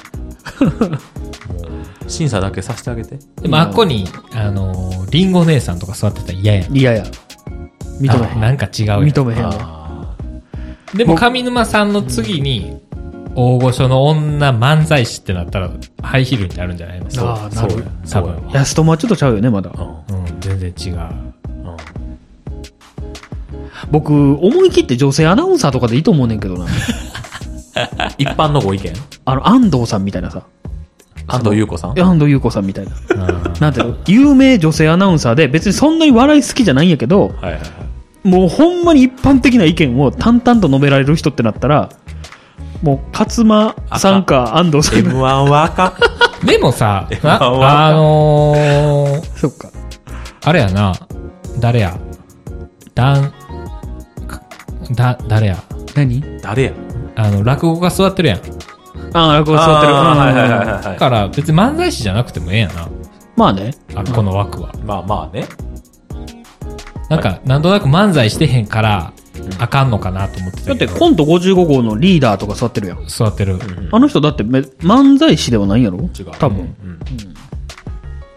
Speaker 2: 審査だけさせてあげて。
Speaker 3: でも、あっこに、あのー、りんご姉さんとか座ってたら嫌やん。
Speaker 4: いやいや。認め
Speaker 3: あ
Speaker 4: へ。
Speaker 3: なんんか違うやん。
Speaker 4: 認めへんわ。
Speaker 2: あ
Speaker 3: でも、上沼さんの次に、大御所の女漫才師ってなったら、ハイヒールになるんじゃないの
Speaker 4: ああ、な
Speaker 2: そう
Speaker 4: る
Speaker 2: や。
Speaker 3: 多
Speaker 2: そうや
Speaker 3: 分。
Speaker 4: 安友はちょっとちゃうよね、まだ。
Speaker 2: わ。
Speaker 3: うん、全然違う。
Speaker 2: うん。うん。
Speaker 4: 僕、思い切って女性アナウンサーとかでいいと思うねんけどな。
Speaker 2: 一般のご意見
Speaker 4: あの、安藤さんみたいなさ。
Speaker 2: 安藤優子さん
Speaker 4: 安藤優子さんみたいな。なんていうの有名女性アナウンサーで、別にそんなに笑い好きじゃないんやけど、
Speaker 2: はいはいはい。
Speaker 4: もうほんまに一般的な意見を淡々と述べられる人ってなったら、もう、勝間さんか安藤さんか
Speaker 2: M1 はあかん。
Speaker 3: でも さ、な
Speaker 2: わ
Speaker 3: あのー、
Speaker 4: そっか。
Speaker 3: あれやな、誰や、だん、かだ、誰や、
Speaker 4: 何
Speaker 2: 誰や
Speaker 3: あの、落語家座ってるやん。
Speaker 4: ああ、落語座ってる。
Speaker 2: あーはいはい
Speaker 4: うん
Speaker 2: はいは
Speaker 3: だ
Speaker 2: い。
Speaker 3: から、別に漫才師じゃなくてもええやな、
Speaker 4: まあね。
Speaker 3: あこの枠は。
Speaker 2: まあまあね。
Speaker 3: なんか、なんとなく漫才してへんから、あかんのかなと思って
Speaker 4: だ
Speaker 3: た
Speaker 4: って
Speaker 3: けど。
Speaker 4: コント55号のリーダーとか座ってるやん。
Speaker 3: 座ってる。
Speaker 4: あの人だってめ漫才師ではないんやろ
Speaker 2: 違う。
Speaker 4: 多分。
Speaker 2: うん。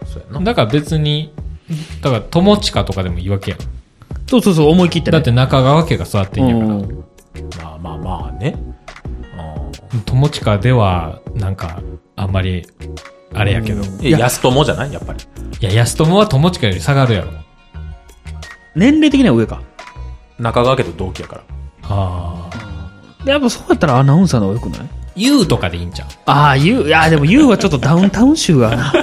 Speaker 2: そうやな。
Speaker 3: だから別に、だから、友近とかでもいいわけやん。
Speaker 4: そうそうそう、思い切ってね。
Speaker 3: だって中川家が座ってんやから。
Speaker 4: うん
Speaker 2: まあまあまあね。
Speaker 3: 友近では、なんか、あんまり、あれやけど。
Speaker 2: うん。いや、安友じゃないやっぱり。
Speaker 3: いや、安友は友近より下がるやろ。
Speaker 4: 年齢的には上か。
Speaker 2: 中川家と同期やから。
Speaker 3: ああ。
Speaker 4: でやっぱそうやったらアナウンサーの方がよくない
Speaker 3: U とかでいいんちゃう
Speaker 4: ああ、ユウ、いや、でもユウはちょっとダウンタウン州がな。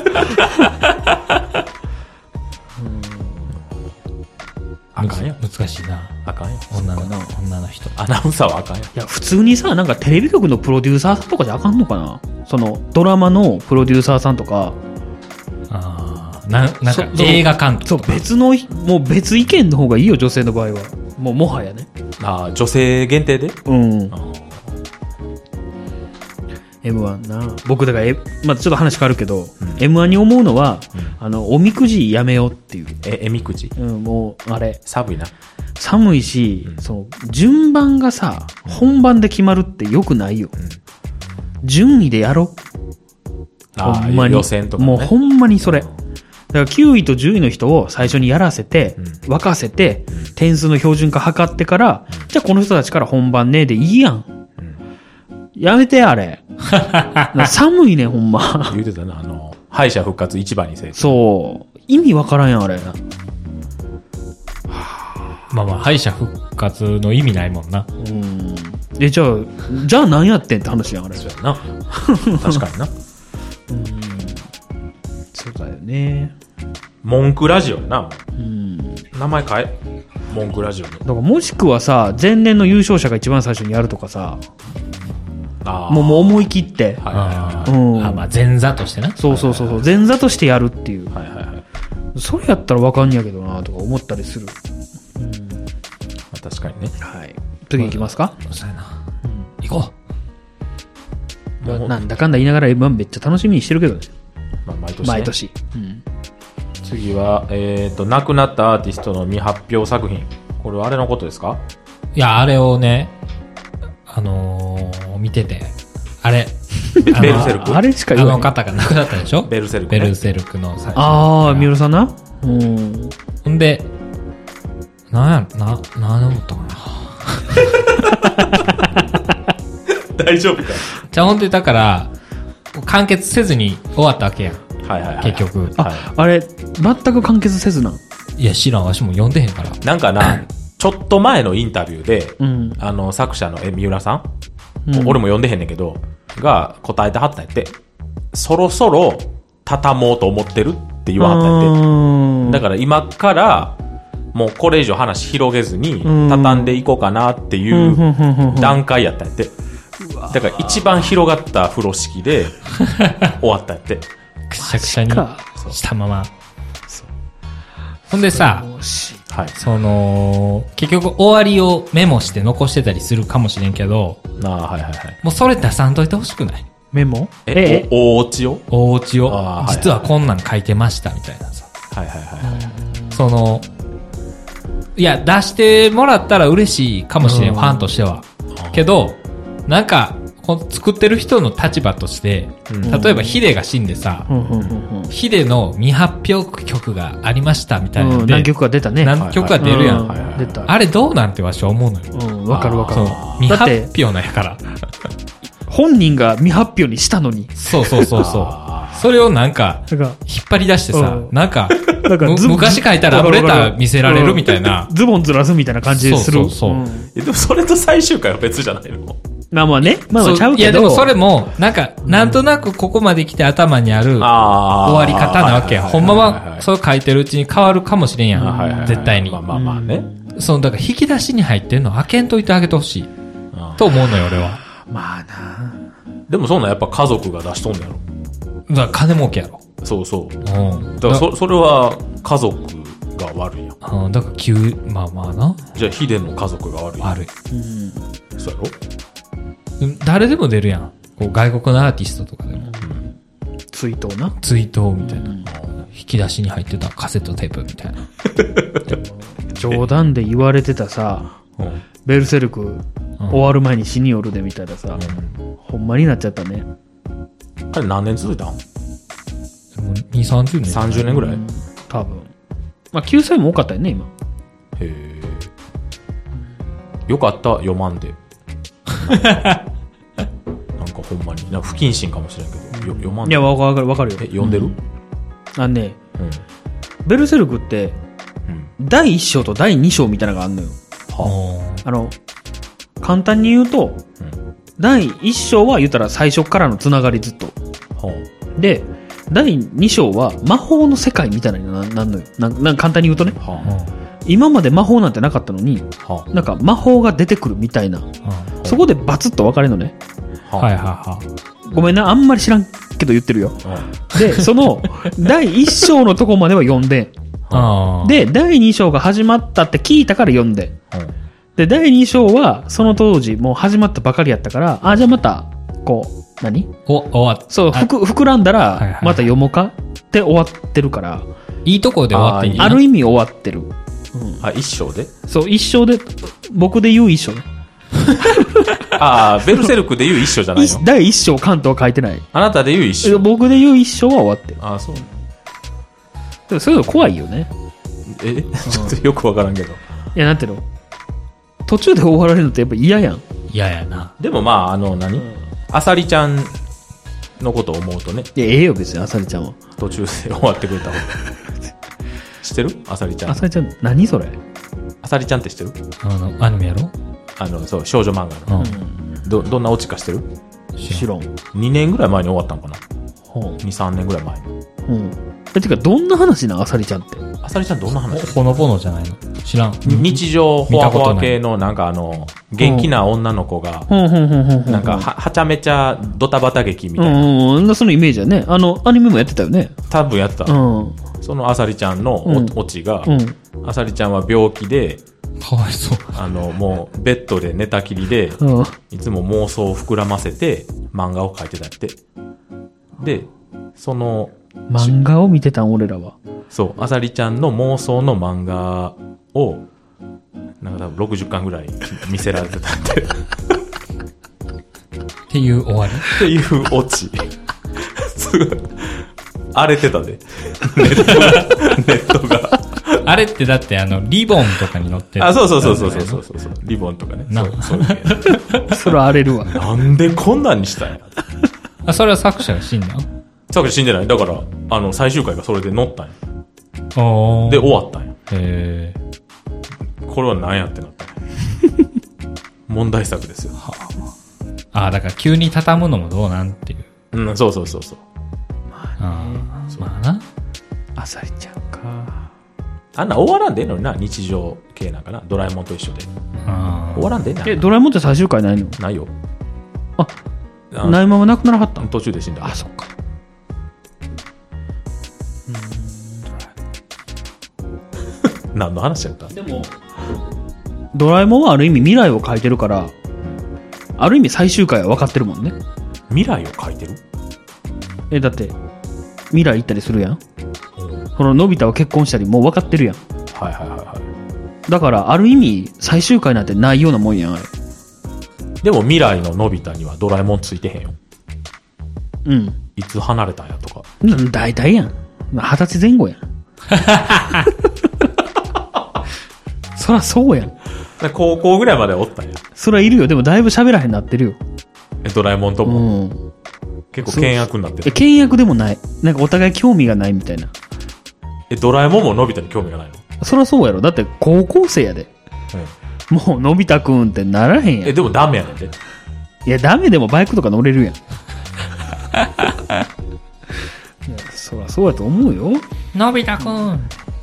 Speaker 2: あかんやん。
Speaker 3: 難しいな。
Speaker 2: あかんやん。
Speaker 3: 女の、女の人。
Speaker 2: アナウンサーはあかんやん。
Speaker 4: いや、普通にさ、なんかテレビ局のプロデューサーさんとかじゃあかんのかなその、ドラマのプロデューサーさんとか、
Speaker 3: ああ。な、なん
Speaker 4: そ
Speaker 3: か映画監督
Speaker 4: そう、別の、もう別意見の方がいいよ、女性の場合は。もう、もはやね。
Speaker 2: ああ、女性限定で
Speaker 4: うん
Speaker 2: あ。ー
Speaker 4: M1 な僕だから、えまあ、ちょっと話変わるけど、M1 に思うのは、あのおみくじやめようっていう、
Speaker 2: え、えみくじ。
Speaker 4: うん、もうあれ
Speaker 2: 寒いな。
Speaker 4: 寒いし、
Speaker 2: うん
Speaker 4: その順番がさ本番で決まるってよくないよ、順位でやろ
Speaker 2: あー
Speaker 4: ほんまに
Speaker 2: 予選とかね。
Speaker 4: もうほんまにそれ
Speaker 2: う
Speaker 4: だ
Speaker 2: ん
Speaker 4: から9位と10位の人を最初にやらせて、
Speaker 2: うん
Speaker 4: 沸かせて、点数の標準化測ってから、じゃあこの人たちから本番ねでいいやん、やめて あれな寒いねほんま
Speaker 2: 言うてたな、あの、敗者復活一番にせえ。
Speaker 4: そう。意味わからんやん、あれ。
Speaker 3: まあまあ、敗者復活の意味ないもんな。
Speaker 4: うん。え、じゃあ、じゃあ何やってんって話やん、あれ。
Speaker 2: そう やな。確かにな。
Speaker 4: そうだよね。
Speaker 2: 文句ラジオやな、も
Speaker 4: うん。だ
Speaker 2: う名前変え。文句ラジオに。
Speaker 4: からもしくはさ、前年の優勝者が一番最初にやるとかさ、
Speaker 2: ああ。
Speaker 4: もうもう思い切って。
Speaker 2: はい
Speaker 3: ああ。
Speaker 4: うん
Speaker 3: あまあ、前座としてな。
Speaker 4: そうそうそうそう。前座としてやるっていう。
Speaker 2: はいはいはいはいはい。
Speaker 4: それやったらわかんやけどなとか思ったりする。
Speaker 2: まあ確かにね。
Speaker 4: はい。次行きますか、
Speaker 3: そうやな。行こ
Speaker 2: もう、
Speaker 4: なんだかんだ言いながら M1 めっちゃ楽しみにしてるけどね。
Speaker 2: まあ、毎年、ね。
Speaker 4: 毎年。
Speaker 2: 次は、えっ、と、亡くなったアーティストの未発表作品。これはあれのことですか
Speaker 3: う。いや、あれをね、あのー、見てて。あ れ。あ
Speaker 2: ベ
Speaker 3: の
Speaker 2: ルセルク
Speaker 4: あれしか
Speaker 3: あ
Speaker 4: 言わ
Speaker 3: の
Speaker 4: ない。
Speaker 3: 方が亡くなったでしょ
Speaker 2: ベルセルク、
Speaker 3: ベ
Speaker 2: ね。
Speaker 3: ルセルクの最初。
Speaker 4: ああ、三浦さんなうん。
Speaker 3: ほんで、なんやろ、な、なん思ったかな。
Speaker 2: 大丈夫か
Speaker 3: じゃあほんで、だから、完結せずに終わったわけやん。
Speaker 2: はいはいはい。
Speaker 3: 結。局。
Speaker 4: あ、
Speaker 2: は
Speaker 4: あれ、全く完結せずなん。
Speaker 3: いや、知らん、わしも読んでへんから。
Speaker 2: なんかな、ちょっと前のインタビューで、
Speaker 4: うん。
Speaker 2: あの、作者のえ三浦さん、
Speaker 4: うん
Speaker 2: 俺も読んでへんねんけど、が答えてはったんやって、そろそろ畳もうと思ってるって言わはったんやって。
Speaker 4: うん
Speaker 2: だから今から、もうこれ以上話広げずに
Speaker 4: う、ん
Speaker 2: 畳んでいこうかなってい
Speaker 4: うんうんう
Speaker 2: うん
Speaker 4: うんうん
Speaker 2: 段階やったんやって。だから一番広がった風呂 敷で終わったやって。
Speaker 3: くしゃくしゃに
Speaker 4: か
Speaker 3: したまま。ほんでさ、
Speaker 2: はい。
Speaker 3: その、結局終わりをメモして残してたりするかもしれんけど、
Speaker 2: なあ、はいはいはい。
Speaker 3: もうそれ出さんといてほしくない
Speaker 4: メモ
Speaker 2: え、お、お家を
Speaker 3: お家を
Speaker 2: あーはい、
Speaker 3: 実はこんなん書いてましたみたいなさ。
Speaker 2: はいはいはい。
Speaker 3: その、いや、出してもらったら嬉しいかもしれん、ファンとしては。けど、なんか、こう作ってる人の立場として、例えばヒデが死んでさ、
Speaker 4: うんうんうん
Speaker 3: ヒデの未発表曲がありましたみたいな
Speaker 4: うん。うんん、
Speaker 3: で、
Speaker 4: 何曲か出たね。
Speaker 3: 何曲か出るやん。
Speaker 4: う
Speaker 2: はいはいはい
Speaker 4: 出た。
Speaker 3: あれどうなんてわしは思うのよ。
Speaker 4: うん、わかるわか
Speaker 3: そ
Speaker 4: る
Speaker 3: う。未
Speaker 4: だっ
Speaker 3: 発
Speaker 4: て
Speaker 3: 表なんやから。
Speaker 4: 本人が未発表にしたのに。
Speaker 3: そうそうそうそう。それをなんか、
Speaker 4: だから、
Speaker 3: 引っ張り出してさ
Speaker 4: う、ん
Speaker 3: なんか、
Speaker 4: なんか
Speaker 3: む
Speaker 4: ズボン
Speaker 3: 昔書いたラブレター見せられるみたいな
Speaker 4: うん。ズボンずらすみたいな感じする。
Speaker 3: そうそうそうん
Speaker 2: え、でもそれと最終回は別じゃないの
Speaker 4: まあまあね。まあま
Speaker 3: そ
Speaker 4: あ
Speaker 3: う
Speaker 4: ちゃう
Speaker 3: い
Speaker 4: け
Speaker 3: や
Speaker 4: ど。
Speaker 3: でもそれも、なんか、なんとなくここまで来て頭にある終
Speaker 2: あ
Speaker 3: わり方なわけや。ほんまは、
Speaker 2: う
Speaker 3: そう書いてるうちに変わるかもしれんやん。絶対に
Speaker 2: まあ。まあまあね。
Speaker 3: その、だから引き出しに入ってんの開けんといてあげてほしい。と思うのよ、俺は。
Speaker 4: まあな
Speaker 2: でもそんなんやっぱ家族が出しとんのやろ。
Speaker 3: だから金儲けやろ。
Speaker 2: そうそう。だ
Speaker 3: うん。
Speaker 2: からそ、それは家族が悪いやん。
Speaker 3: あーだから急、まあまあな。
Speaker 2: じゃあヒデの家族が悪いやん。
Speaker 3: 悪い。
Speaker 2: そうやろ
Speaker 3: うん誰でも出るやん。こう外国のアーティストとかでも。
Speaker 4: 追悼な。
Speaker 3: 追悼みたいな。引き出しに入ってたカセットテープみたいな。
Speaker 4: 冗談で言われてたさ、
Speaker 2: うん
Speaker 4: ベルセルク、終わる前に死によるでみたいなさ、ほんまになっちゃったね。
Speaker 2: あれ何年続いたん
Speaker 3: でも2、30年。
Speaker 2: ?30 年ぐらいへ
Speaker 4: 多分。まあ救済も多かったよね、今。
Speaker 2: え。よかった、読まん で。なんかほんまに、なんか不謹慎かもしれんけど、よ読まん
Speaker 4: い
Speaker 2: で。
Speaker 4: や、
Speaker 2: え、
Speaker 4: わかるわかるよ。
Speaker 2: 読んでる
Speaker 4: あのね、
Speaker 2: うん。
Speaker 4: ベルセルクって、
Speaker 2: うん
Speaker 4: 第1章と第2章みたいなのがあんのよ。
Speaker 3: は
Speaker 4: あの、簡単に言うと、
Speaker 2: うん
Speaker 4: 第1章は言ったら最初からのつながりずっと。
Speaker 2: はあ
Speaker 4: で、第2章は魔法の世界みたいなのにななんのよ。なんなん簡単に言うとね、
Speaker 2: は
Speaker 3: あ。
Speaker 4: 今まで魔法なんてなかったのに、
Speaker 2: あは
Speaker 4: なんか魔法が出てくるみたいな。
Speaker 3: は
Speaker 4: そこでバツッと分かれるのね。
Speaker 2: あ
Speaker 3: いはいは
Speaker 4: ごめんな、あんまり知らんけど言ってるよ。
Speaker 2: い。うん
Speaker 4: で、その、第1章のとこまでは読んで、
Speaker 3: い。あー
Speaker 4: で、第2章が始まったって聞いたから読んで、
Speaker 2: うん
Speaker 4: で、第2章は、その当時、もう始まったばかりやったから、あ、じゃあまた、こう、何
Speaker 3: お、終わっ
Speaker 4: そう、ふく膨らんだ
Speaker 3: いはい
Speaker 4: ら
Speaker 3: は、い
Speaker 4: また読もうかって終わってるから、
Speaker 3: いいとこで終わっていい
Speaker 4: ある意味終わってる。
Speaker 2: あ、一章で
Speaker 4: そう、一生で、僕で言う一生ね。
Speaker 2: ああ、ベルセルクで言 う一章じゃないの
Speaker 4: 一第一章関東は書いてない。
Speaker 2: あなたで言う一
Speaker 4: え
Speaker 2: 章。
Speaker 4: 僕で言う一生は終わってる。
Speaker 2: ああ、そう。
Speaker 4: でもそういうの怖いよね。
Speaker 2: えちょっとよくわからんけど。
Speaker 4: いや、なんていうの途中で終わられるのってやっぱ嫌やん。
Speaker 3: 嫌やな。
Speaker 2: でもまあ、あの、何あさりちゃんのことを思うとね、
Speaker 4: いや、ええよ、別に、あさりちゃんは。
Speaker 2: 途中で終わってくれた方 が。知ってるあさりちゃ
Speaker 4: あ
Speaker 2: ん。
Speaker 4: さりちゃん、何それ
Speaker 2: あさりちゃんって知ってる
Speaker 3: あの、アニメやろ
Speaker 2: あの、そう、少女漫画の。
Speaker 3: う
Speaker 2: ど、どんなオチか知ってる
Speaker 3: ん。
Speaker 4: 知らん。
Speaker 2: ?2 年ぐらい前に終わったんかな
Speaker 4: ほ
Speaker 2: ?2、3年ぐらい前に。
Speaker 4: う。うん。え、てか、どんな話なん、あさりちゃんって。
Speaker 2: あさりちゃんどんな話
Speaker 3: ほのぼのじゃないの知らん。
Speaker 2: 日常ほ
Speaker 3: 見た
Speaker 2: わほ
Speaker 3: こと
Speaker 2: わ
Speaker 3: ない
Speaker 2: 系のなんかあの、元気な女の子が、
Speaker 4: ほんほんほんほんほん。
Speaker 2: なんかは、はちゃめちゃドタバタ劇み
Speaker 4: うん
Speaker 2: たいな。
Speaker 4: うんうん、そのイメージだね。あの、アニメもやってたよね。
Speaker 2: 多分やってた
Speaker 4: う。ん。
Speaker 2: そのあさりちゃんのお
Speaker 4: うん
Speaker 2: オチが
Speaker 4: う、ん。
Speaker 2: あさりちゃんは病気で、
Speaker 3: かわいそう。
Speaker 2: あの、もうベッドで寝たきりで、
Speaker 4: うん。
Speaker 2: いつも妄想を膨らませて漫画を描いてたって。で、その、
Speaker 4: 漫画を見てたん、俺らは。
Speaker 2: そう、あさりちゃんの妄想の漫画を、なんか多分60巻ぐらい見せられてたって。っ
Speaker 3: っていう終わり。
Speaker 2: ていうオチ。すごい荒れてたで。ネットが。ネットが。
Speaker 3: あれってだってあの、リボンとかに乗ってる
Speaker 2: あ、そうそうそうそうそうそうそうそう。リボンとかね。
Speaker 3: な
Speaker 2: そうそういう
Speaker 4: それ荒れる わ。
Speaker 2: のなんでこんなんにしたんや。
Speaker 3: あ、それは作者が死んだ
Speaker 2: さっき死んでない。だから、あの、最終回がそれで乗ったんや。
Speaker 3: お
Speaker 2: で、終わったんや。
Speaker 3: え
Speaker 2: これは何やってなったんや。 問題作ですよ。
Speaker 3: ー、あー、だから急に畳むのもどうなんっていう。
Speaker 2: うん、そうそうそうそう。
Speaker 3: あーまあな。
Speaker 4: あさりちゃんか。
Speaker 2: あんな終わらんでええのにな、日常系なんかな。ドラえもんと一緒で。
Speaker 3: あ
Speaker 2: 終わらんでええ
Speaker 4: え、
Speaker 2: な。
Speaker 4: ドラえもんって最終回ないの
Speaker 2: ないよ。あ
Speaker 4: ないままなくならはったん
Speaker 2: 途中で死んだ。あ、そっか。何の話やった
Speaker 1: でも、
Speaker 4: ドラえもんはある意味未来を変えてるからある意味最終回は分かってるもんね
Speaker 2: 未来を書いてる
Speaker 4: えだって未来行ったりするやんこののび太は結婚したりもう分かってるやん
Speaker 2: はいはいはいは
Speaker 4: だからある意味最終回なんてないようなもんやんあれ
Speaker 2: い。でも未来ののび太にはドラえもんついてへんよ。
Speaker 4: うん
Speaker 2: いつ離れたんやとか。
Speaker 4: な大体やん二十歳前後やん そらそうやん
Speaker 2: で高校ぐらいまでおったんや。
Speaker 4: そらいるよでもだいぶ喋らへんなってるよ
Speaker 2: えドラえもんと
Speaker 4: う
Speaker 2: も
Speaker 4: ん
Speaker 2: 結構険悪になって
Speaker 4: え
Speaker 2: る。
Speaker 4: 倹約でもないなんかお互い興味がないみたいな
Speaker 2: え、ドラえもんものび太に興味がないの
Speaker 4: そらそうやろだって高校生やでもうのび太くんってならへんやん
Speaker 2: え、でもダメやねんで。
Speaker 4: いや、ダメでもバイクとか乗れるやん。いやそらそうやと思うよ。
Speaker 3: のび太くん、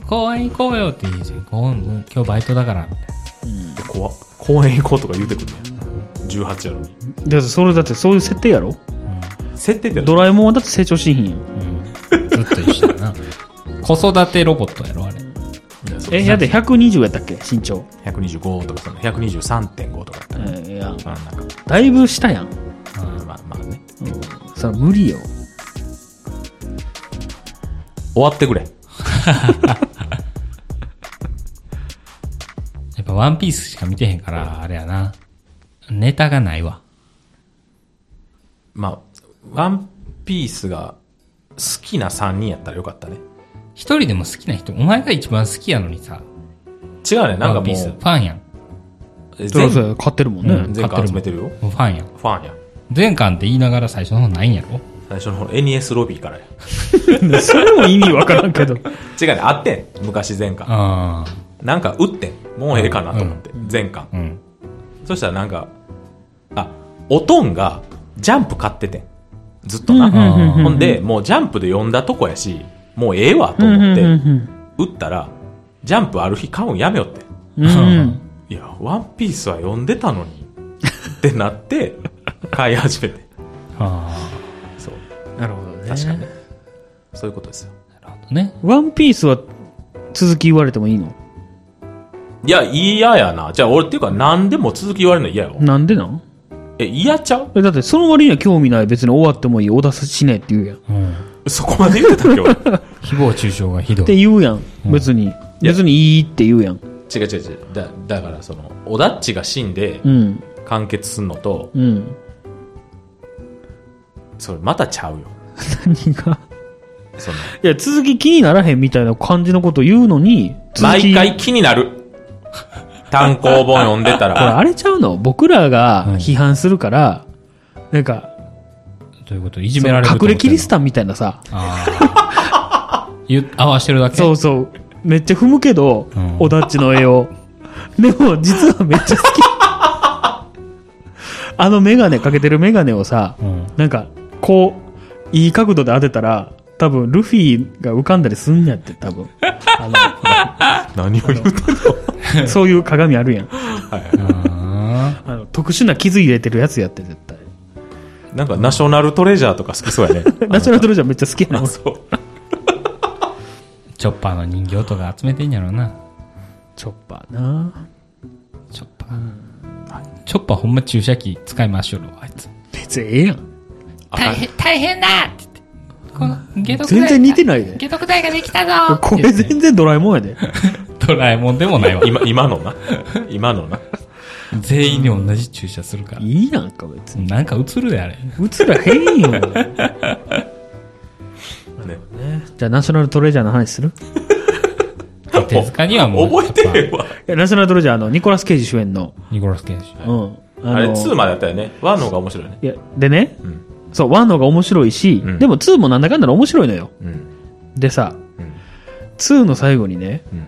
Speaker 3: 公園行こうよって言うじゃん。公園うん今日バイトだから、みたい
Speaker 2: で怖っ公園行こうとか言うてくんねん。18やのに。
Speaker 4: だってそれだってそういう設定やろ
Speaker 2: 設定で
Speaker 4: ドラえもんはだって成長しひんやん。
Speaker 3: な。ずっと一緒だな。 子育てロボットやろ、あれ。
Speaker 4: え、やで120やったっけ身長。
Speaker 2: 125とかその123.5とかやった
Speaker 4: え
Speaker 2: ね。
Speaker 4: ーいや、
Speaker 2: うん、なんか、
Speaker 4: だいぶ下やん。
Speaker 2: まあまあね。
Speaker 4: そら無理よ。
Speaker 2: 終わってくれ。
Speaker 3: やっぱワンピースしか見てへんから、あれやな。ネタがないわ。
Speaker 2: まあ、ワンピースが好きな3人やったらよかったね。
Speaker 3: 一人でも好きな人、お前が一番好きやのにさ、
Speaker 2: 違うね、なん
Speaker 3: ワ
Speaker 2: か
Speaker 3: ン
Speaker 2: も
Speaker 3: ピー
Speaker 2: う
Speaker 3: ス、フ、ァンやん。
Speaker 2: え
Speaker 4: そらそう
Speaker 2: 全
Speaker 4: や、買ってるもん
Speaker 3: う
Speaker 4: ね。
Speaker 3: ん
Speaker 2: 全
Speaker 3: 買って
Speaker 2: 巻
Speaker 3: る
Speaker 2: 集めてるよ。
Speaker 3: ファンやん。
Speaker 2: ファンや。
Speaker 3: 全巻って言いながら最初の方ないんやろ
Speaker 2: 最初の方 NES ロビーからや。
Speaker 4: それも意味わからんけど。
Speaker 2: 違うね、あってん。昔前巻。
Speaker 3: あ
Speaker 2: なんか打ってん。もうええかなと思って。前巻。
Speaker 3: あ。うん。
Speaker 2: そしたらなんか、あ、おとんがジャンプ買っててん。ずっとな。
Speaker 3: うん
Speaker 2: ほんで、もうジャンプで読んだとこやし、もうええわと思って、打ったら、ジャンプある日買うんやめよって。
Speaker 4: うん。
Speaker 2: いや、ワンピースは読んでたのに。って なって、買い始めて。
Speaker 3: あ
Speaker 2: そう。
Speaker 4: なるほどね。
Speaker 2: 確かにね。そういうことですよ。
Speaker 3: あ。なるほどね。
Speaker 4: ワンピースは続き言われてもいいの
Speaker 2: いや、嫌やな。じゃあ俺っていうか何でも続き言われるの嫌よ。
Speaker 4: なんでなん
Speaker 2: え、嫌ちゃう
Speaker 4: えだってその割には興味ない別に終わってもいいお出ししないって言うやん。
Speaker 3: うん。
Speaker 2: そこまで言ってたっけ俺。
Speaker 3: 誹謗中傷がひど
Speaker 4: って
Speaker 3: い。
Speaker 4: 言うやん、別に別にいいって言うやん
Speaker 2: 違う違う違う。だ、だからその、オダッチが死んで
Speaker 4: うん
Speaker 2: 完結すんのと、
Speaker 4: うん
Speaker 2: それまたちゃうよ。
Speaker 4: 何が
Speaker 2: そ の、
Speaker 4: いや続き気にならへんみたいな感じのこと言うのに続
Speaker 2: 毎
Speaker 4: き
Speaker 2: 回気になる。単行本読んで た
Speaker 4: これ
Speaker 2: ら、
Speaker 4: あれちゃうの僕らが批判するから、なんか
Speaker 3: ということでいじめられると思
Speaker 4: 隠
Speaker 3: ってんの。
Speaker 4: れキリスタンみたいなさ
Speaker 3: ああ。ゆ合わしてるだけ。
Speaker 4: そうそうめっちゃ踏むけど、
Speaker 3: うん
Speaker 4: おだっちの絵をでも実はめっちゃ好き あの眼鏡かけてる眼鏡をさ、
Speaker 3: うん。
Speaker 4: なんかこういい角度で当てたら多分ルフィが浮かんだりすんやって多分
Speaker 2: 何を言うてんの
Speaker 4: そういう鏡あるやん。
Speaker 3: あ
Speaker 4: あの特殊な傷入れてるやつやって、絶対。
Speaker 2: なんかナショナルトレジャーとか好きそうやね。
Speaker 4: ナチュラルドルジャーめっちゃ好きやな。
Speaker 2: あ
Speaker 4: チ
Speaker 2: そう。
Speaker 3: ーチョッパーの人形とか集めてんやろな。
Speaker 4: ョッパーな。
Speaker 3: チョッパー。チョッパーほんま注射器使いましょるわ、あいつ。
Speaker 4: 別にええやん。
Speaker 5: 大変、大変だって言って。この、解毒剤
Speaker 4: 全然似てないで。
Speaker 5: 解毒剤ができたぞ
Speaker 4: これ全然ドラえもんやで。
Speaker 3: ドラえもんでもないわ。
Speaker 2: 今、今のな。今のな。
Speaker 3: 全員に同じ注射するから。
Speaker 4: いいやんか、別に。
Speaker 3: なんか映るで、あれ。
Speaker 4: 映らへんよ。
Speaker 2: ね、
Speaker 4: じゃあ、ナショナルトレジャーの話する
Speaker 3: 手塚にはもう。
Speaker 2: 覚えてへんわ。
Speaker 4: いやナショナルトレジャーあのニコラス・ケイジ主演の。
Speaker 3: ニコラス・ケイジ。
Speaker 4: うん。あの
Speaker 2: あれ、2までやったよね。1の方が面白いね。
Speaker 4: いや、でね、
Speaker 2: うん
Speaker 4: そう、1の方が面白いし、
Speaker 2: うん
Speaker 4: でも2もなんだかんだで面白いのよ。
Speaker 2: うん。
Speaker 4: でさ、
Speaker 2: ん
Speaker 4: 2の最後にね、
Speaker 2: うん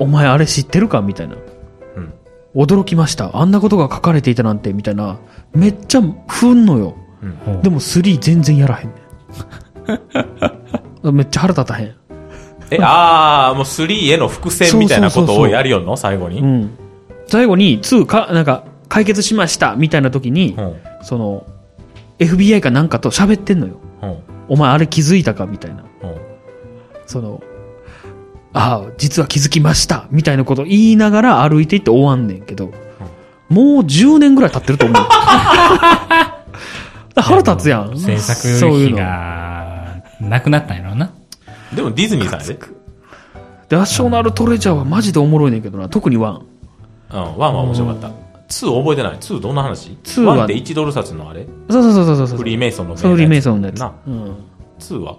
Speaker 4: お前あれ知ってるかみたい
Speaker 2: う
Speaker 4: な。
Speaker 2: ん
Speaker 4: 驚きました。あんなことが書かれていたなんて、みたいな。めっちゃふんのよ。
Speaker 3: うん
Speaker 4: でも3全然やらへんね ん。めっちゃ腹立たへん。
Speaker 2: え、あー、もう3への伏線みたいなことをやるよんの最後
Speaker 4: う
Speaker 2: に。
Speaker 4: ん。最後に2か、なんか、解決しましたみたいな時に、
Speaker 2: うん。
Speaker 4: その FBI かなんかと喋ってんのよ
Speaker 2: うん。
Speaker 4: お前あれ気づいたかみたいな
Speaker 2: うん。
Speaker 4: そのああ実は気づきましたみたいなこと言いながら歩いていって終わんねんけど、もう10年ぐらい経って ると思う腹立つやん
Speaker 3: 制作
Speaker 4: そう
Speaker 3: 費
Speaker 4: いうの
Speaker 3: が、なくなったんやろうな。
Speaker 2: でもディズニーさんやで。
Speaker 4: ナショナルトレジャーはマジでおもろいねんけどな特にワン
Speaker 2: うん。ワンは面白かった。ツー覚えてない。ツーどんな話
Speaker 4: ツ
Speaker 2: ツ
Speaker 4: ー
Speaker 2: ー
Speaker 4: は
Speaker 2: ワンって1ドル札のあれ
Speaker 4: そうそうそうそうそう
Speaker 2: フリーメイソンの
Speaker 4: そうフリーメイソンのやつ
Speaker 2: な。
Speaker 4: うん、
Speaker 2: ツーは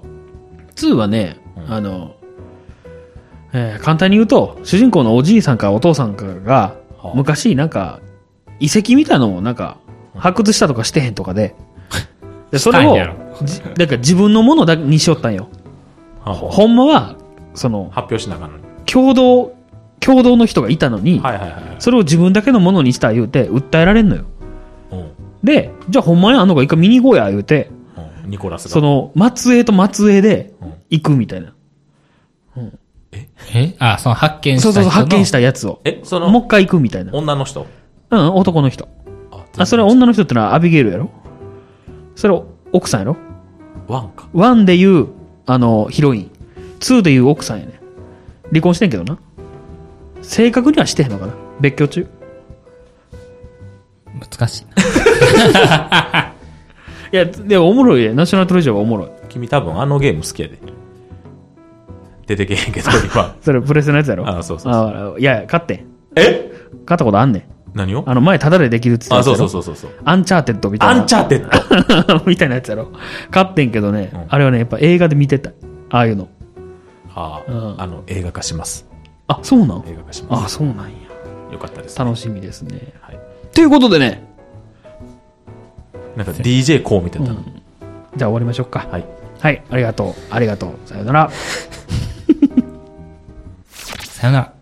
Speaker 4: 2はね、
Speaker 2: うん
Speaker 4: あの、えー簡単に言うと主人公のおじいさんかお父さんかが
Speaker 2: はあ
Speaker 4: 昔なんか遺跡みたいなのをなんか発掘したとかしてへんとかででそれ
Speaker 3: したん
Speaker 4: を
Speaker 3: やろ
Speaker 4: じなんか自分のものだけにしよったんよ
Speaker 2: はあ は
Speaker 4: ほんまはその
Speaker 2: あ発表しなあかんのに。
Speaker 4: 共同共同の人がいたのに、
Speaker 2: はいはいはいはい。
Speaker 4: それを自分だけのものにした言うて訴えられんのよ
Speaker 2: うん。
Speaker 4: でじゃあほんまにあの子一回見に行こうや言うて
Speaker 2: うんニコラスが。
Speaker 4: その松江と松江で
Speaker 2: うん
Speaker 4: 行くみたいな、
Speaker 3: えあ、その発見した
Speaker 4: そう
Speaker 3: 人
Speaker 4: そう
Speaker 3: の
Speaker 4: そう発見したやつを
Speaker 2: え、そ
Speaker 4: もう
Speaker 2: の、
Speaker 4: 一回行くみたいな。
Speaker 2: 女の人
Speaker 4: うん、男の人。あ、それは女の人ってのはアビゲイルやろそれ奥さんやろ
Speaker 2: ワンか。
Speaker 4: ワンでいう、あの、ヒロイン。ツーでいう奥さんやね離婚してんけどな。正確にはしてへんのかな別居中。
Speaker 3: 難しいな。
Speaker 4: いや、でもおもろいね。ナショナルトレジャーはおもろい。
Speaker 2: 君多分あのゲーム好きやで。出てけへんけど、 今。
Speaker 4: それプレステのやつやろ
Speaker 2: あそうそうそう
Speaker 4: あいや、勝ってん。
Speaker 2: え
Speaker 4: 勝ったことあんねん。
Speaker 2: 何を
Speaker 4: あの、前タダでできるって言
Speaker 2: あ、
Speaker 4: ってた
Speaker 2: そ
Speaker 4: や
Speaker 2: う
Speaker 4: つや
Speaker 2: そうそ
Speaker 4: ろ
Speaker 2: うそうそう。
Speaker 4: アンチャーテッドみたい
Speaker 2: ア
Speaker 4: な。
Speaker 2: ンチャーテッド。
Speaker 4: みたいなやつやろ勝ってんけどね、
Speaker 2: うん
Speaker 4: あれはね、やっぱ映画で見てた。ああいうの。
Speaker 2: あ
Speaker 4: うん
Speaker 2: あ、あの、映画化します。
Speaker 4: あ、そうなん
Speaker 2: 映画化しま
Speaker 4: あ、
Speaker 2: す。
Speaker 4: そうなんや。
Speaker 2: よかったです。
Speaker 4: 楽しみですね。
Speaker 2: はい。
Speaker 4: ということでね、
Speaker 2: なんか DJ こうみたいな。
Speaker 4: じゃあ終わりましょうか。
Speaker 2: はい。
Speaker 4: はい、ありがとう、ありがとう、さよなら。
Speaker 3: さよなら。